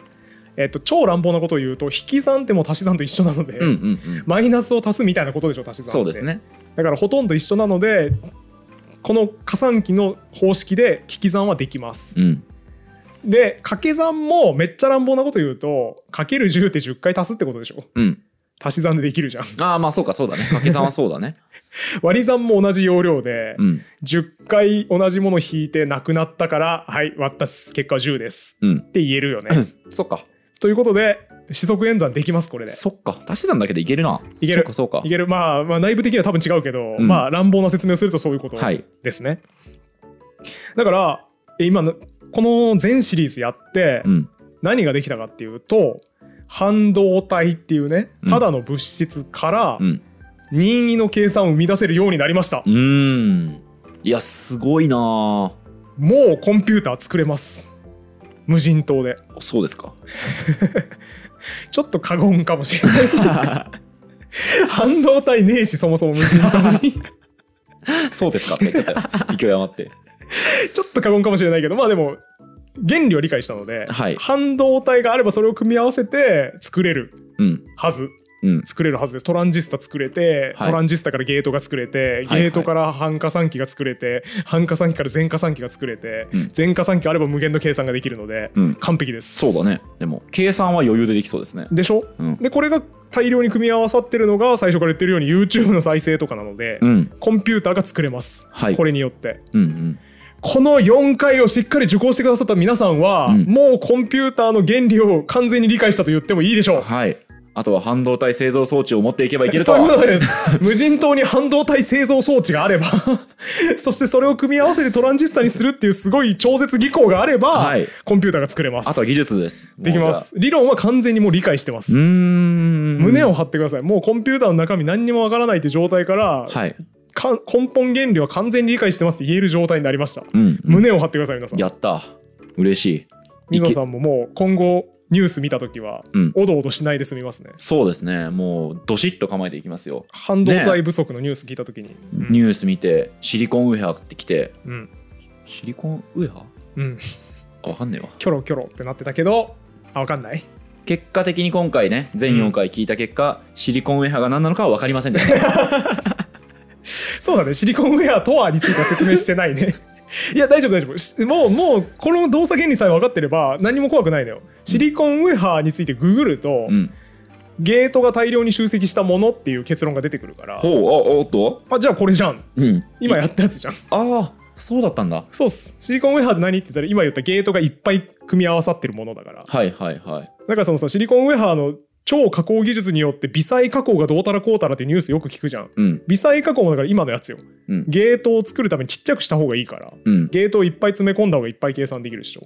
S1: えっと、超乱暴なことを言うと引き算ってもう足し算と一緒なので、
S2: うんうんうん。
S1: マイナスを足すみたいなことでしょ足し算って
S2: そうですね。
S1: だからほとんど一緒なのでこの加算機の方式で引き算はできます。
S2: うん。
S1: で掛け算もめっちゃ乱暴なこと言うとかける1 0って10回足すってことでしょ
S2: うん。
S1: 足し算でできるじゃん <laughs>
S2: ああ、まあそうか、そうだね。掛け算はそうだね。
S1: 割り算も同じ要領で、
S2: うん。
S1: 10回同じもの引いてなくなったからはい割った結果は10です
S2: うん。 <clears throat>
S1: って言えるよね、
S2: <laughs> そっか。
S1: ということで四則演算できますこれで
S2: そっか。足し算だけでいけるな。
S1: いける
S2: そうか、そう
S1: いける、まあ、まあ内部的には多分違うけど、
S2: うん
S1: まあ乱暴な説明をするとそういうこと
S2: か。はい。
S1: ですね、だからえ今のこの全シリーズやって
S2: うん。
S1: 何ができたかっていうと半導体っていうね
S2: うん
S1: ただの物質から
S2: うん。
S1: 任意の計算を生み出せるようになりました
S2: う、ーん。いや、すごいなー
S1: もうコンピューター作れます無人島で
S2: そうで
S1: <laughs>
S2: すか。
S1: ちょっと過言かもしれない
S2: <laughs>
S1: 半導体ねえしそもそも無人島
S2: <laughs>
S1: に
S2: そうですかって言っちゃったよ。勢い余って。
S1: ちょっと過言かもしれないけどまあでも原理を理解したので、
S2: はい
S1: 半導体があればそれを組み合わせて作れる
S2: うん。
S1: はず
S2: うん。
S1: 作れるはずですトランジスタ作れて、
S2: はい
S1: トランジスタからゲートが作れて、
S2: はい
S1: ゲートから半加算機が作れて半加算機から全加算機が作れて、
S2: うん
S1: 全加算機あれば無限の計算ができるので、
S2: うん
S1: 完璧です
S2: そうだね。でも、計算は余裕でできそうですね。
S1: でしょ
S2: うん。
S1: でこれが大量に組み合わさってるのが最初から言ってるように YouTube の再生とかなので、
S2: うん。
S1: コンピューターが作れます、
S2: はい
S1: これによって
S2: うんうん。
S1: この4回をしっかり受講してくださった皆さんは、
S2: うん
S1: もうコンピューターの原理を完全に理解したと言ってもいいでしょう
S2: はい。あとは半導体製造装置を持っていけばいけると
S1: そういうことです無人島に半導体製造装置があれば <laughs> そしてそれを組み合わせてトランジスタにするっていうすごい超絶技巧があれば、
S2: はい
S1: コンピューターが作れます
S2: あとは技術です。
S1: できます理論は完全にもう理解してま
S2: もうじゃあ。うー
S1: す
S2: ん。
S1: 胸を張ってくださいもうコンピューターの中身何にもわからないって状態から、
S2: はい。
S1: か根本原理は完全に理解してますって言える状態になりました、
S2: うん。
S1: 胸を張ってください皆さん
S2: やった。嬉しい。
S1: 水野
S2: いけ
S1: さんももう今後ニュース見た時は
S2: うん
S1: おどおどしないで済みますね
S2: そうですね。もう、どしっと構えていきますよ。
S1: 半導体不足のニュース聞いた時に、うん
S2: ニュース見て、シリコンウェアって来て、
S1: うん
S2: シリコンウェア
S1: うん
S2: あわかんねえわ。
S1: キョロキョロってなってたけどあわかんない <laughs>
S2: 結果的に今回ね、全4回聞いた結果、シリコンウェアが何なのかは分かりません
S1: <laughs>
S2: でした。
S1: そうだねシリコンウェアとはについては説明してないね <laughs> いや大丈夫大丈夫しもうもうこの動作原理さえ分かってれば何も怖くないのよシリコンウェアについてググると、
S2: うん。
S1: ゲートが大量に集積したものっていう結論が出てくるから
S2: ほう、あおっと
S1: あじゃあこれじゃん
S2: うん。
S1: 今
S2: い
S1: やったやつじゃん
S2: ああ、そうだったんだ。
S1: そうっすシリコンウェアって何って言ったら今言ったゲートがいっぱい組み合わさってるものだから
S2: はいはいはい。
S1: だからそのさシリコンウェアの超加工技術によって微細加工がどうたらこうたらってニュースよく聞くじゃん
S2: うん。
S1: 微細加工もだから今のやつよ
S2: うん。
S1: ゲートを作るためにちっちゃくした方がいいから
S2: うん。
S1: ゲートをいっぱい詰め込んだ方がいっぱい計算できるでしょ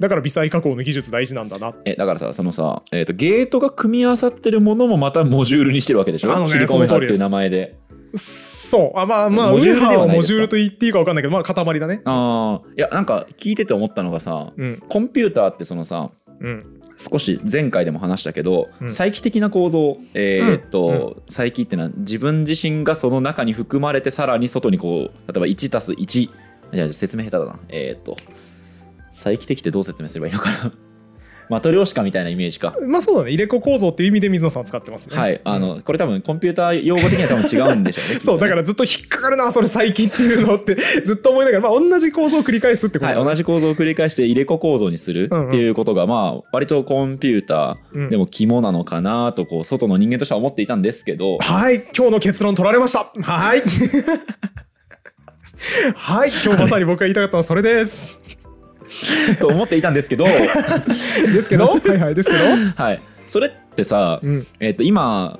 S1: だから微細加工の技術大事なんだなあ
S2: えだからさそのさ、えー、とゲートが組み合わさってるものもまたモジュールにしてるわけでしょ
S1: あのね
S2: シリコンウェア
S1: その
S2: っ
S1: 通りで
S2: ていう
S1: す
S2: 名前で
S1: そうあまあまあウ
S2: モジ
S1: ェ
S2: ュールでは
S1: ハーを
S2: ない
S1: モ
S2: です
S1: ジ
S2: か
S1: ュールと言っていいか分かんないけどまあ塊だね
S2: ああいやなんか聞いてて思ったのがさ
S1: うん
S2: コンピューターってそのさ
S1: うん
S2: 少し前回でも話したけど、
S1: うん
S2: 再帰的な構造え
S1: うん
S2: ーっと、再帰ってのは自分自身がその中に含まれてさらに外にこう例えば1たす1いや説明下手だなえーっと再帰的ってどう説明すればいいのかな <laughs> マトリョーシカみたいなイメージか
S1: まあそうだね入れ子構造っていう意味で水野さんは使ってますね
S2: はい、あのこれ多分コンピューター用語的には多分違うんでしょう
S1: <laughs>
S2: ね。
S1: そうだからずっと引っかかるなそれ最近っていうのって <laughs> ずっと思いながらまあ同じ構造を繰り返すってこと
S2: はい、同じ構造を繰り返して入れ子構造にするっていうことが、まあ割とコンピュータ
S1: うん
S2: ーでも肝なのかなとこう外の人間としては思っていたんですけど、
S1: はい今日の結論取られましたはい <laughs> はい今日まさに僕が言いたかったのはそれです
S2: <laughs> と思っていたんですけど、
S1: です
S2: <laughs>
S1: けどはいはいですけど
S2: はい、それってさ、
S1: うん
S2: えっと今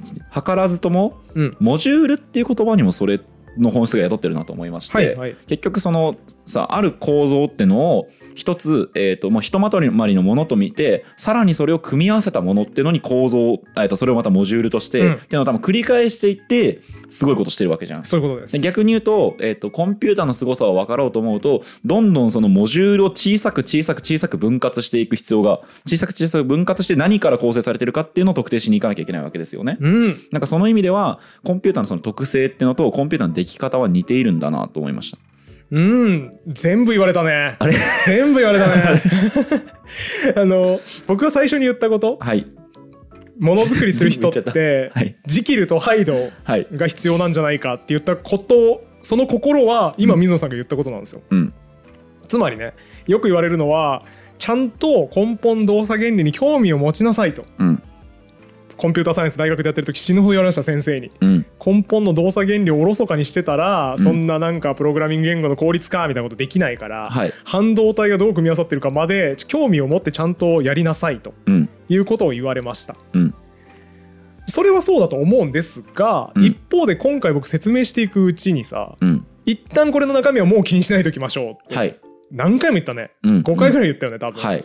S2: 図らずとも
S1: うん
S2: モジュールっていう言葉にもそれの本質が雇ってるなと思いまして、
S1: はいはい
S2: 結局そのさある構造ってのを一つ、えー、ともうひとまとまりのものと見てさらにそれを組み合わせたものってのに構造、えー、とそれをまたモジュールとして、
S1: うん
S2: っていうのを多分繰り返していってすごいことしてるわけじゃん。
S1: そういうことです
S2: で逆に言うと,、えー、とコンピューターの凄さを分かろうと思うとどんどんそのモジュールを小さく小さく小さく分割していく必要が小さく小さく分割して何から構成されてるかっていうのを特定しに行かなきゃいけないわけですよね。
S1: うん
S2: なんかその意味ではコンピューターのその特性ってのとコンピューターの出来方は似ているんだなと思いました。
S1: うん全部言われたね
S2: あれ
S1: 全部言われたね <laughs> あの僕が最初に言ったこと
S2: はい
S1: ものづくりする人っ
S2: 全部言
S1: て
S2: はい
S1: ジキルとハイド
S2: はい。
S1: が必要なんじゃないかって言ったことその心は今
S2: うん
S1: 水野さんが言ったことなんですよ、
S2: うん
S1: つまりねよく言われるのはちゃんと根本動作原理に興味を持ちなさいと
S2: うん
S1: コンピューターサイエンス大学でやってる時死ぬほど言われました先生に
S2: うん
S1: 根本の動作原理をおろそかにしてたら、
S2: ん
S1: そんななんかプログラミング言語の効率化みたいなことできないから、
S2: はい
S1: 半導体がどう組み合わさってるかまで興味を持ってちゃんとやりなさいと
S2: うん
S1: いうことを言われました。
S2: うん
S1: それはそうだと思うんですが、
S2: うん
S1: 一方で今回僕説明していくうちにさ
S2: うん
S1: 一旦これの中身はもう気にしないでおきましょうって、
S2: はい
S1: 何回も言ったね
S2: うん
S1: 5回ぐらい言ったよね多分、
S2: はい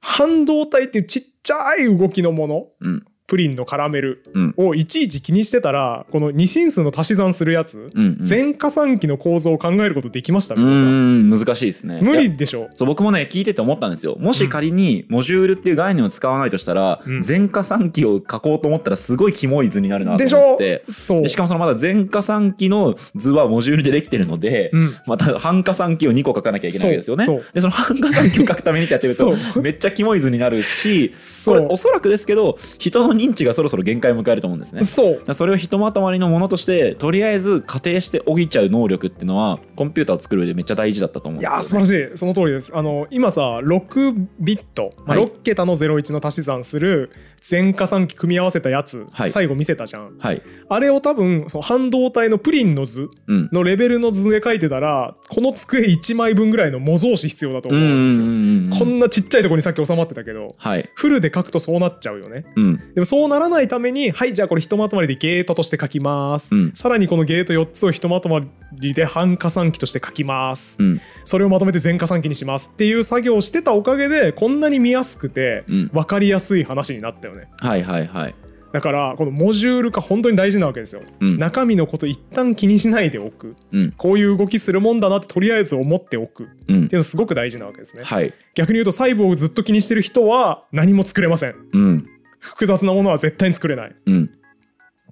S1: 半導体っていうちっちゃい動きのもの
S2: うん
S1: プリンのカラメル
S2: うん
S1: をいちいち気にしてたらこの二進数の足し算するやつ、
S2: うんうん
S1: 全加算機の構造を考えることできました
S2: う
S1: 皆さん
S2: ん難しいですね。
S1: 無
S2: いや
S1: 理でしょ
S2: そう僕もね聞いてて思ったんですよもし仮にモジュールっていう概念を使わないとしたら、
S1: うん
S2: 全加算機を書こうと思ったらすごいキモい図になるなと
S1: でし
S2: 思っ
S1: ょ
S2: て
S1: そう
S2: でしかもそのまだ全加算機の図はモジュールでできてるので、
S1: うん
S2: また半加算機を2個書かなきゃいけないわけですよね
S1: そうそう
S2: でその半加算機を書くためにってやって
S1: <laughs>
S2: る
S1: そ
S2: とめっちゃキモい図になるしこ
S1: そ
S2: れ
S1: う
S2: おそらくですけど人の認知がそろそろ限界を迎えると思うんですね
S1: そう
S2: だからそれをひとまとまりのものとしてとりあえず仮定して補っちゃう能力っていうのはコンピューターを作る上でめっちゃ大事だったと思うん
S1: い
S2: で
S1: や
S2: すよ、
S1: ー
S2: ね、
S1: 素晴らしいその通りですあの今さ6ビット、まあ
S2: はい
S1: 6桁の01の足し算する全加算機組み合わせたやつ、
S2: はい
S1: 最後見せたじゃん
S2: はい
S1: あれを多分その半導体のプリンの図
S2: うん
S1: のレベルの図で書いてたらこの机1枚分ぐらいの模造紙必要だと思
S2: う
S1: うん
S2: ん
S1: ですよ、
S2: うん
S1: こんなちっちゃいとこにさっき収まってたけど
S2: はい
S1: フルで書くとそうなっちゃうよね
S2: うん
S1: でもそうならないためにはいじゃあこれひとまとまりでゲートとして書きます、
S2: うん
S1: さらにこのゲート4つをひとまとまりで半加算機として書きます
S2: うん
S1: それをまとめて全加算機にしますっていう作業をしてたおかげでこんなに見やすくて
S2: うん
S1: 分かりやすい話になったよね
S2: はいはいはい
S1: だからこのモジュール化本当に大事なわけですよ、
S2: うん
S1: 中身のこと一旦気にしないでおく
S2: うん
S1: こういう動きするもんだなってとりあえず思っておくっ
S2: うん
S1: ていうのすごく大事なわけですね
S2: はい
S1: 逆に言うと細胞をずっと気にしてる人は何も作れません
S2: うん
S1: 複雑なものは絶対に作れないっ
S2: うん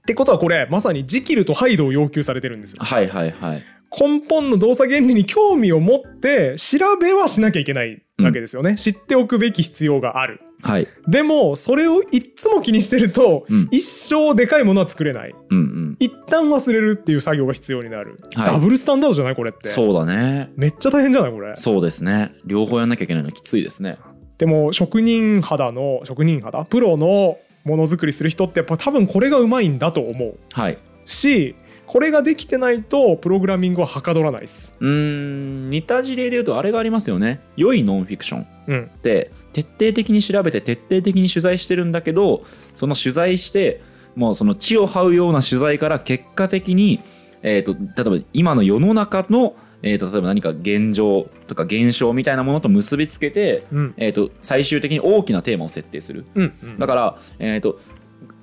S1: てことはこれまさにジキルとハイドを要求されてるんですよ
S2: はいはいはい
S1: 根本の動作原理に興味を持って調べはしなきゃいけないわけですよね、知っておくべき必要がある
S2: はい
S1: でもそれをいっつも気にしてると、
S2: うん
S1: 一生でかいものは作れない
S2: うんうん
S1: 一旦忘れるっていう作業が必要になる、
S2: はい
S1: ダブルスタンダードじゃないこれって
S2: そうだね
S1: めっちゃ大変じゃないこれ
S2: そうですね両方やんなきゃいけないのきついですね
S1: でも職人肌の職人肌プロのものづくりする人ってやっぱ多分これがうまいんだと思う
S2: はい
S1: しこれができてないとプログラミングははかどらないです
S2: うーん似た事例で言うとあれがありますよね良いノンフィクション
S1: うん
S2: って徹底的に調べて徹底的に取材してるんだけどその取材してもうその地を這うような取材から結果的に、えー、と例えば今の世の中の、えー、と例えば何か現状とか現象みたいなものと結びつけて、
S1: うん
S2: えー、と最終的に大きなテーマを設定する
S1: うんうん
S2: だから、えー、と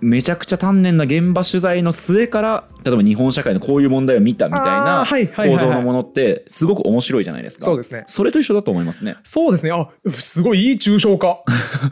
S2: めちゃくちゃ丹念な現場取材の末から例えば日本社会のこういう問題を見たみたい
S1: あー
S2: な
S1: はいはいはいは
S2: 構
S1: い
S2: 造のものってすごく面白いじゃないですか。
S1: そうですね
S2: それと一緒だと思いますね。
S1: そうですねあすごいいい抽象
S2: <laughs>
S1: 化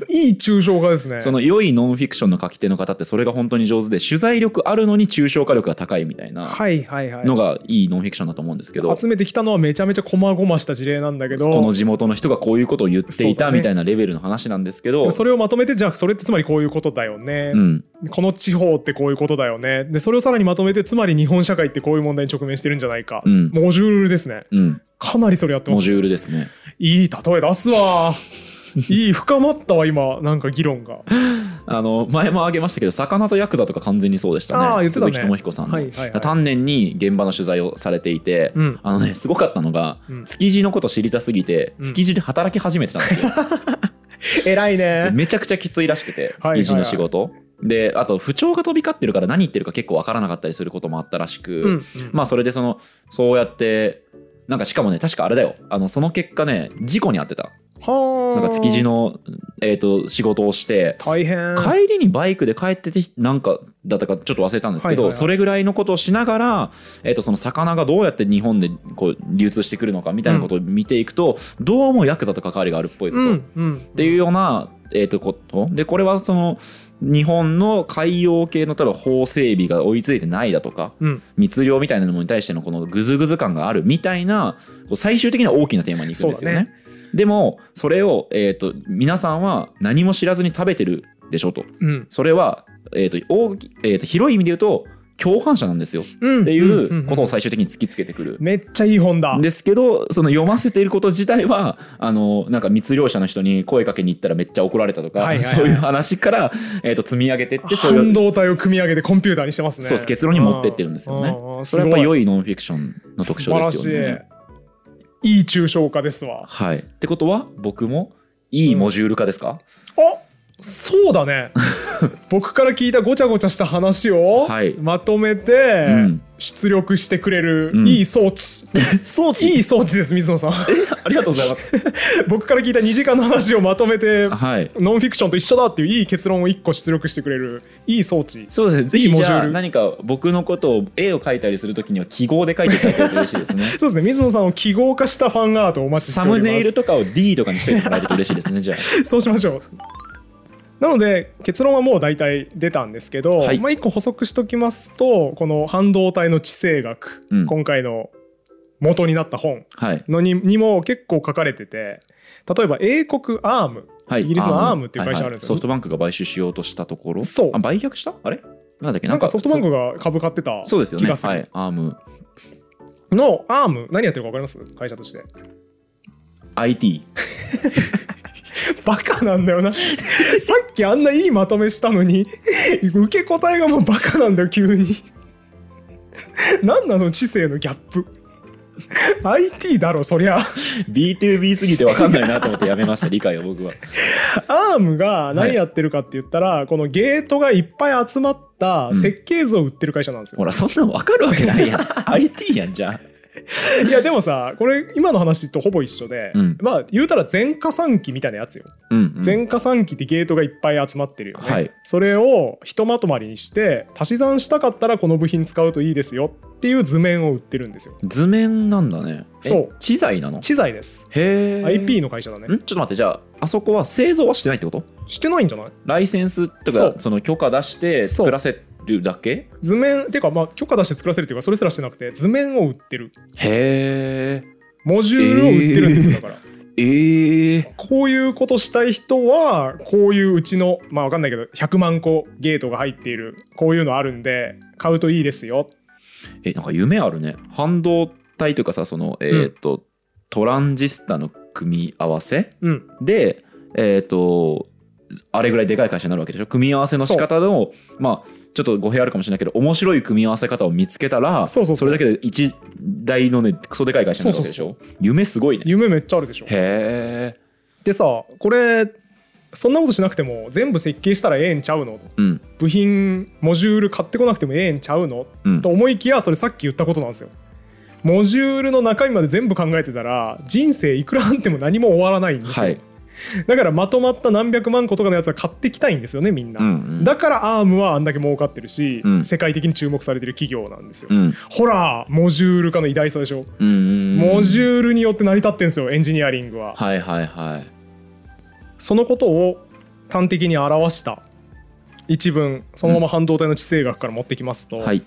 S1: いい抽象化ですね
S2: その良いノンフィクションの書き手の方ってそれが本当に上手で取材力あるのに抽象化力が高いみたいな
S1: はいはいはい
S2: のがいいノンフィクションだと思うんですけど、
S1: 集めてきたのはめちゃめちゃ細々した事例なんだけど
S2: この地元の人がこういうことを言ってい
S1: そうだ
S2: た
S1: ね
S2: みたいなレベルの話なんですけど、
S1: それをまとめてじゃあそれってつまりこういうことだよね、
S2: うん、
S1: この地方ってこういうことだよねでそれをさらにまとめてつまり日本社会ってこういう問題に直面してるんじゃないか、
S2: うん
S1: モジュールですね
S2: うん、
S1: かなりそれやってま
S2: モ
S1: す
S2: ジュールですね。
S1: いい例え出すわいい深まったわ今なんか議論が、
S2: あの前も挙げましたけど魚とヤクザとか完全にそうでしたね
S1: あー言ってたね
S2: 鈴木智彦さんの、
S1: はいはい
S2: <laughs>
S1: はい
S2: 丹念に現場の取材をされていて、
S1: うん
S2: あのねすごかったのが、
S1: うん
S2: 築地のこと知りたすぎて
S1: うん
S2: 築地で働き始めてたんですよ、
S1: 偉いね
S2: めちゃくちゃきついらしくて
S1: <laughs> はいはいはい
S2: 築地の仕事、であと不調が飛び交ってるから何言ってるか結構わからなかったりすることもあったらしく、
S1: うん
S2: <laughs> まあそれでそのそうやってなんかしかもね確かあれだよあのその結果ね事故に遭ってた
S1: はあ
S2: なんか築地の、えー、と仕事をして
S1: 大変
S2: 帰りにバイクで帰っててなんかだったかちょっと忘れたんですけど、
S1: はいはいはい
S2: それぐらいのことをしながら、えー、とその魚がどうやって日本でこう流通してくるのかみたいなことを見ていくと、どうもヤクザと関わりがあるっぽいぞと。
S1: うんうん
S2: っていうような、えー、とことでこれはその日本の海洋系の例えば法整備が追いついてないだとか
S1: うん
S2: 密漁みたいなものに対してのこのグズグズ感があるみたいなこう最終的には大きなテーマに行くんですよね。
S1: そう
S2: でもそれを、えー、と皆さんは何も知らずに食べてるでしょと
S1: うん
S2: それは、えーと大きえー、と広い意味で言うと共犯者なんですよっ
S1: うん
S2: て
S1: ん
S2: い
S1: ん
S2: うことを最終的に突きつけてくる。
S1: めっちゃいい本だ
S2: ですけどその読ませていること自体はあのなんか密漁者の人に声かけに行ったらめっちゃ怒られたとか、
S1: はいはいはい
S2: そういう話から、えー、と積み上げてってそうい
S1: 半
S2: う
S1: 導体を組み上げてコンピューターにしてますね
S2: そうです結論に持ってってるんですよね。それはやっぱ良いノンフィクションの特徴ですよね。
S1: いいい抽象化ですわ
S2: はい、ってことは僕もいいモジュール化です
S1: あ
S2: か、
S1: そうだね僕から聞いたごちゃごちゃした話を
S2: はい
S1: まとめて、 <laughs>
S2: うん
S1: 出力してくれる
S2: うん
S1: いい装置、
S2: 装
S1: いい装置です水野さん
S2: ありがとうございます。
S1: 僕から聞いた2時間の話をまとめて
S2: はい
S1: ノンフィクションと一緒だっていういい結論を1個出力してくれるいい装置
S2: そうですね、ぜ
S1: いい
S2: ひ
S1: モジュール
S2: じゃあ何か僕のことを絵を描いたりするときには記号で描いていただけると嬉しい
S1: <laughs>
S2: ですね。
S1: そうですね水野さんを記号化したファンアートをお待ちして
S2: サ
S1: おりま
S2: ム
S1: す
S2: ネイルとかを D とかにしてもらえると嬉しいですね、じゃあ。
S1: そうしましょう。なので結論はもう大体出たんですけど、
S2: はい
S1: まあ一個補足しときますとこの半導体の地政学、
S2: うん
S1: 今回の元になった本
S2: はい。
S1: のににも結構書かれてて例えば英国アーム
S2: はい、
S1: イギリスの ARM っていう会社あるんですよ
S2: ソフトバンクが買収しようとしたところ
S1: そう
S2: あ売却したあれなんだっけ
S1: なんかソフトバン
S2: ク
S1: クが株買ってた
S2: そうですよ
S1: 気
S2: ね
S1: がす
S2: は
S1: る
S2: い ARM
S1: のアーム何やってるか分かります会社として
S2: <laughs> IT
S1: バカなんだよな <laughs> さっきあんないいまとめしたのに受け答えがもうバカなんだよ急に <laughs> 何なの知性のギャップ IT だろそりゃ
S2: B2B すぎて分かんないなと思ってやめました理解を僕は
S1: アームが何やってるかって言ったら、このゲートがいっぱい集まった設計図を売ってる会社なんですよ
S2: ほ、らそんなの分かるわけないやん
S1: <laughs>
S2: IT やんじゃん
S1: いやでもさこれ今の話とほぼ一緒で、
S2: うん
S1: まあ言うたら前科産機みたいなやつよ、
S2: うん、うん、
S1: 前科産機ってゲートがいっぱい集まってるよね、
S2: はい
S1: それをひとまとまりにして足し算したかったらこの部品使うといいですよっていう図面を売ってるんですよ
S2: 図面なんだねえ
S1: そう
S2: 知財なの
S1: 知財です
S2: へえ
S1: IP の会社だね
S2: んちょっと待ってじゃああそこは製造はしてないってこと
S1: してないんじゃない
S2: ライセンスとか
S1: そう
S2: その許可出して
S1: そう
S2: 作らせるだけ
S1: 図面っていうかまあ許可出して作らせるっていうかそれすらしてなくて図面を売ってる
S2: へ
S1: モジュールを売ってるんですよだから
S2: えええ
S1: こういうことしたい人はこういううちのまあわかんないけど100万個ゲートが入っているこういうのあるんで買うといいですよ
S2: えなんか夢あるね半導体というかさそのえっ、と、トランジスタの組み合わせ
S1: うん
S2: でえっ、とあれぐらいでかい会社になるわけでしょ組み合わせの仕方のまあちょっと語弊あるかもしれないけど面白い組み合わせ方を見つけたら
S1: そうそうそう
S2: れだけで一大のねクソでかい会社になるわけでしょ夢すごいね
S1: 夢めっちゃあるでしょ
S2: へえ
S1: でさこれそんなことしなくても全部設計したらええんちゃうの
S2: うん
S1: 部品モジュール買ってこなくてもええんちゃうの
S2: うん
S1: と思いきやそれさっき言ったことなんですよモジュールの中身まで全部考えてたら人生いくらあっても何も終わらないんですよ、
S2: はい
S1: だからまとまった何百万個とかのやつは買ってきたいんですよねみんな、
S2: うんうん
S1: だからアームはあんだけ儲かってるし、
S2: うん
S1: 世界的に注目されてる企業なんですよ、
S2: うん
S1: ほらモジュール化の偉大さでしょ、
S2: うんうん
S1: モジ
S2: ュ
S1: ュールによって成り立ってんですよエンジニアリングは
S2: はいはいはい
S1: そのことを端的に表した一文そのまま半導体の地政学から持ってきますと、
S2: はい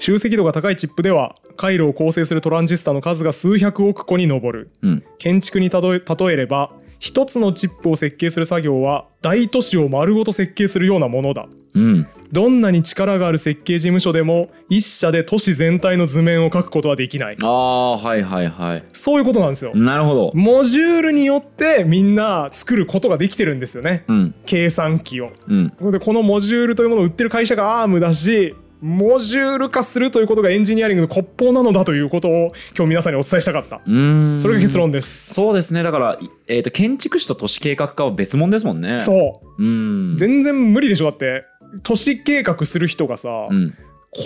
S1: 集積度が高いチップでは回路を構成するトランジスタの数が数百億個に上る
S2: うん
S1: 建築にたどえ例えれば一つのチップを設計する作業は大都市を丸ごと設計するようなものだ
S2: うん
S1: どんなに力がある設計事務所でも一社で都市全体の図面を描くことはできない
S2: ああはいはいはい
S1: そういうことなんですよ
S2: なるほど
S1: モジュールによってみんな作ることができてるんですよね
S2: うん
S1: 計算機を
S2: うん
S1: でこのモジュールというものを売ってる会社がアームだしモジュール化するということがエンジニアリングの骨法なのだということを今日皆さんにお伝えしたかった
S2: うーん
S1: それが結論です
S2: そうですねだから、いえー、と建築士と都市計画家は別物ですもんね
S1: そう
S2: うーん
S1: 全然無理でしょだって都市計画する人がさ、
S2: うん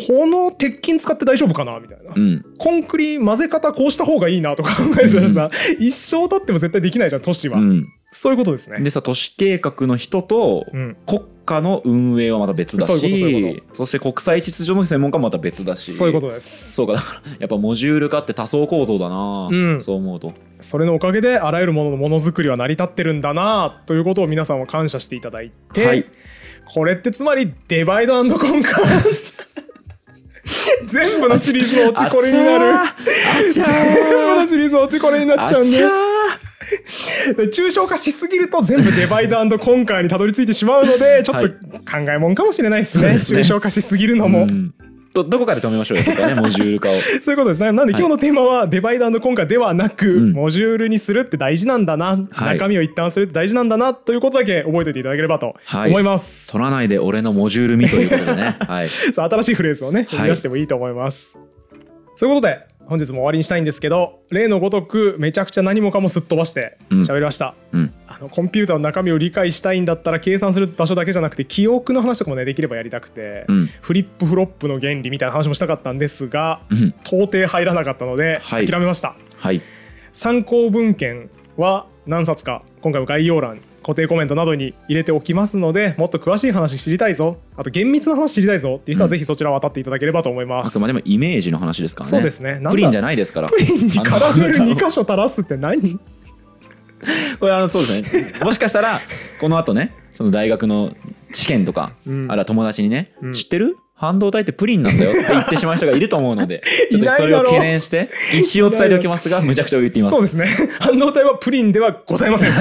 S1: この鉄筋使って大丈夫かなみたいな、
S2: うん
S1: コンクリ混ぜ方こうした方がいいなとか考えてたらさ、一生経っても絶対できないじゃん都市は、
S2: うん
S1: そういうことですね
S2: でさ都市計画の人と
S1: うん
S2: 国家の運営はまた別だし
S1: そういうことそういうこ
S2: そして国際秩序の専門家もまた別だし
S1: そういうことです
S2: そうかだからやっぱモジュール化って多層構造だな、
S1: うん
S2: そう思うと
S1: それのおかげであらゆるもののものづくりは成り立ってるんだなということを皆さんは感謝していただいて、
S2: はい
S1: これってつまりデバイドコン <laughs> カー全部のシリーズのオチこれになる
S2: あ
S1: <laughs>
S2: ちゃ
S1: 全部のシリーズのオチこれにな
S2: ー
S1: っちゃう
S2: あ
S1: ん
S2: ち
S1: で
S2: ゃ
S1: で抽象化しすぎると全部デバイドコンカーにたどり着いてしまうのでちょっ
S2: は
S1: と
S2: い
S1: 考えもんかもしれないですね,、
S2: そうですね
S1: 抽象化しすぎるの
S2: ー
S1: も、
S2: うんどどこかで止めましょうよそこはねモジュール化を
S1: <laughs> そういうことですななんで
S2: はい
S1: 今日のテーマはデバイドコンカーではなく、
S2: うん
S1: モジュールにするって大事なんだな、
S2: はい
S1: 中身を一旦するって大事なんだなということだけ覚えておいていただければと
S2: はい
S1: 思います、 <laughs>
S2: 取らないで俺のモジュール見ということでねはい
S1: さあ新しいフレーズをね
S2: はい
S1: 生み出してもいいと思います、そういうことで本日も終わりにしたいんですけど例のごとくめちゃくちゃ何もかもすっ飛ばして
S2: うん
S1: 喋りました、
S2: うん
S1: あのコンピューターの中身を理解したいんだったら計算する場所だけじゃなくて記憶の話とかもねできればやりたくて、
S2: うん
S1: フリップフロップの原理みたいな話もしたかったんですが
S2: うん
S1: 到底入らなかったので
S2: は
S1: 諦
S2: い
S1: めました、
S2: はい
S1: 参考文献は何冊か今回も概要欄固定コメントなどに入れておきますのでもっと詳しい話知りたいぞあと厳密な話知りたいぞっていう人はぜひそちらを渡っていただければと思いま
S2: あ
S1: す、
S2: くまでもイメージの話ですからね
S1: そうですねなんだ
S2: プリンじゃないですから
S1: プリンにカラメル
S2: あの
S1: 2箇所垂らすって何
S2: <laughs> これあのそうですねもしかしたらこの後ねその大学の試験とか、
S1: うん
S2: あら友達にね、
S1: うん
S2: 知ってる半導体ってプリンなんだよって言ってしまう人がいると思う
S1: <laughs>
S2: のでちょっとそ
S1: いない
S2: れ
S1: だ
S2: を
S1: ろう
S2: 懸念して一応伝えておきますがむちゃくちゃ言っています
S1: そうですね半導体はプリンではございません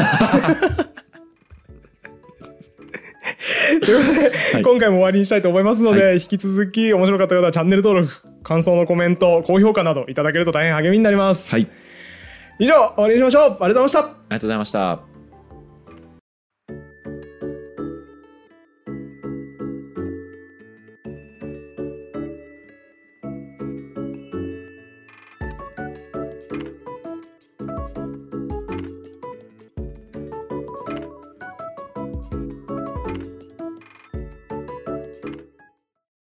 S1: ということで、
S2: はい
S1: 今回も終わりにしたいと思いますので、
S2: は
S1: 引き続き面白かった方はチャンネル登録感想のコメント高評価などいただけると大変励みになります、
S2: はいあ
S1: 以
S2: り
S1: 上終わりにしましょうありがとうございました
S2: がとうございました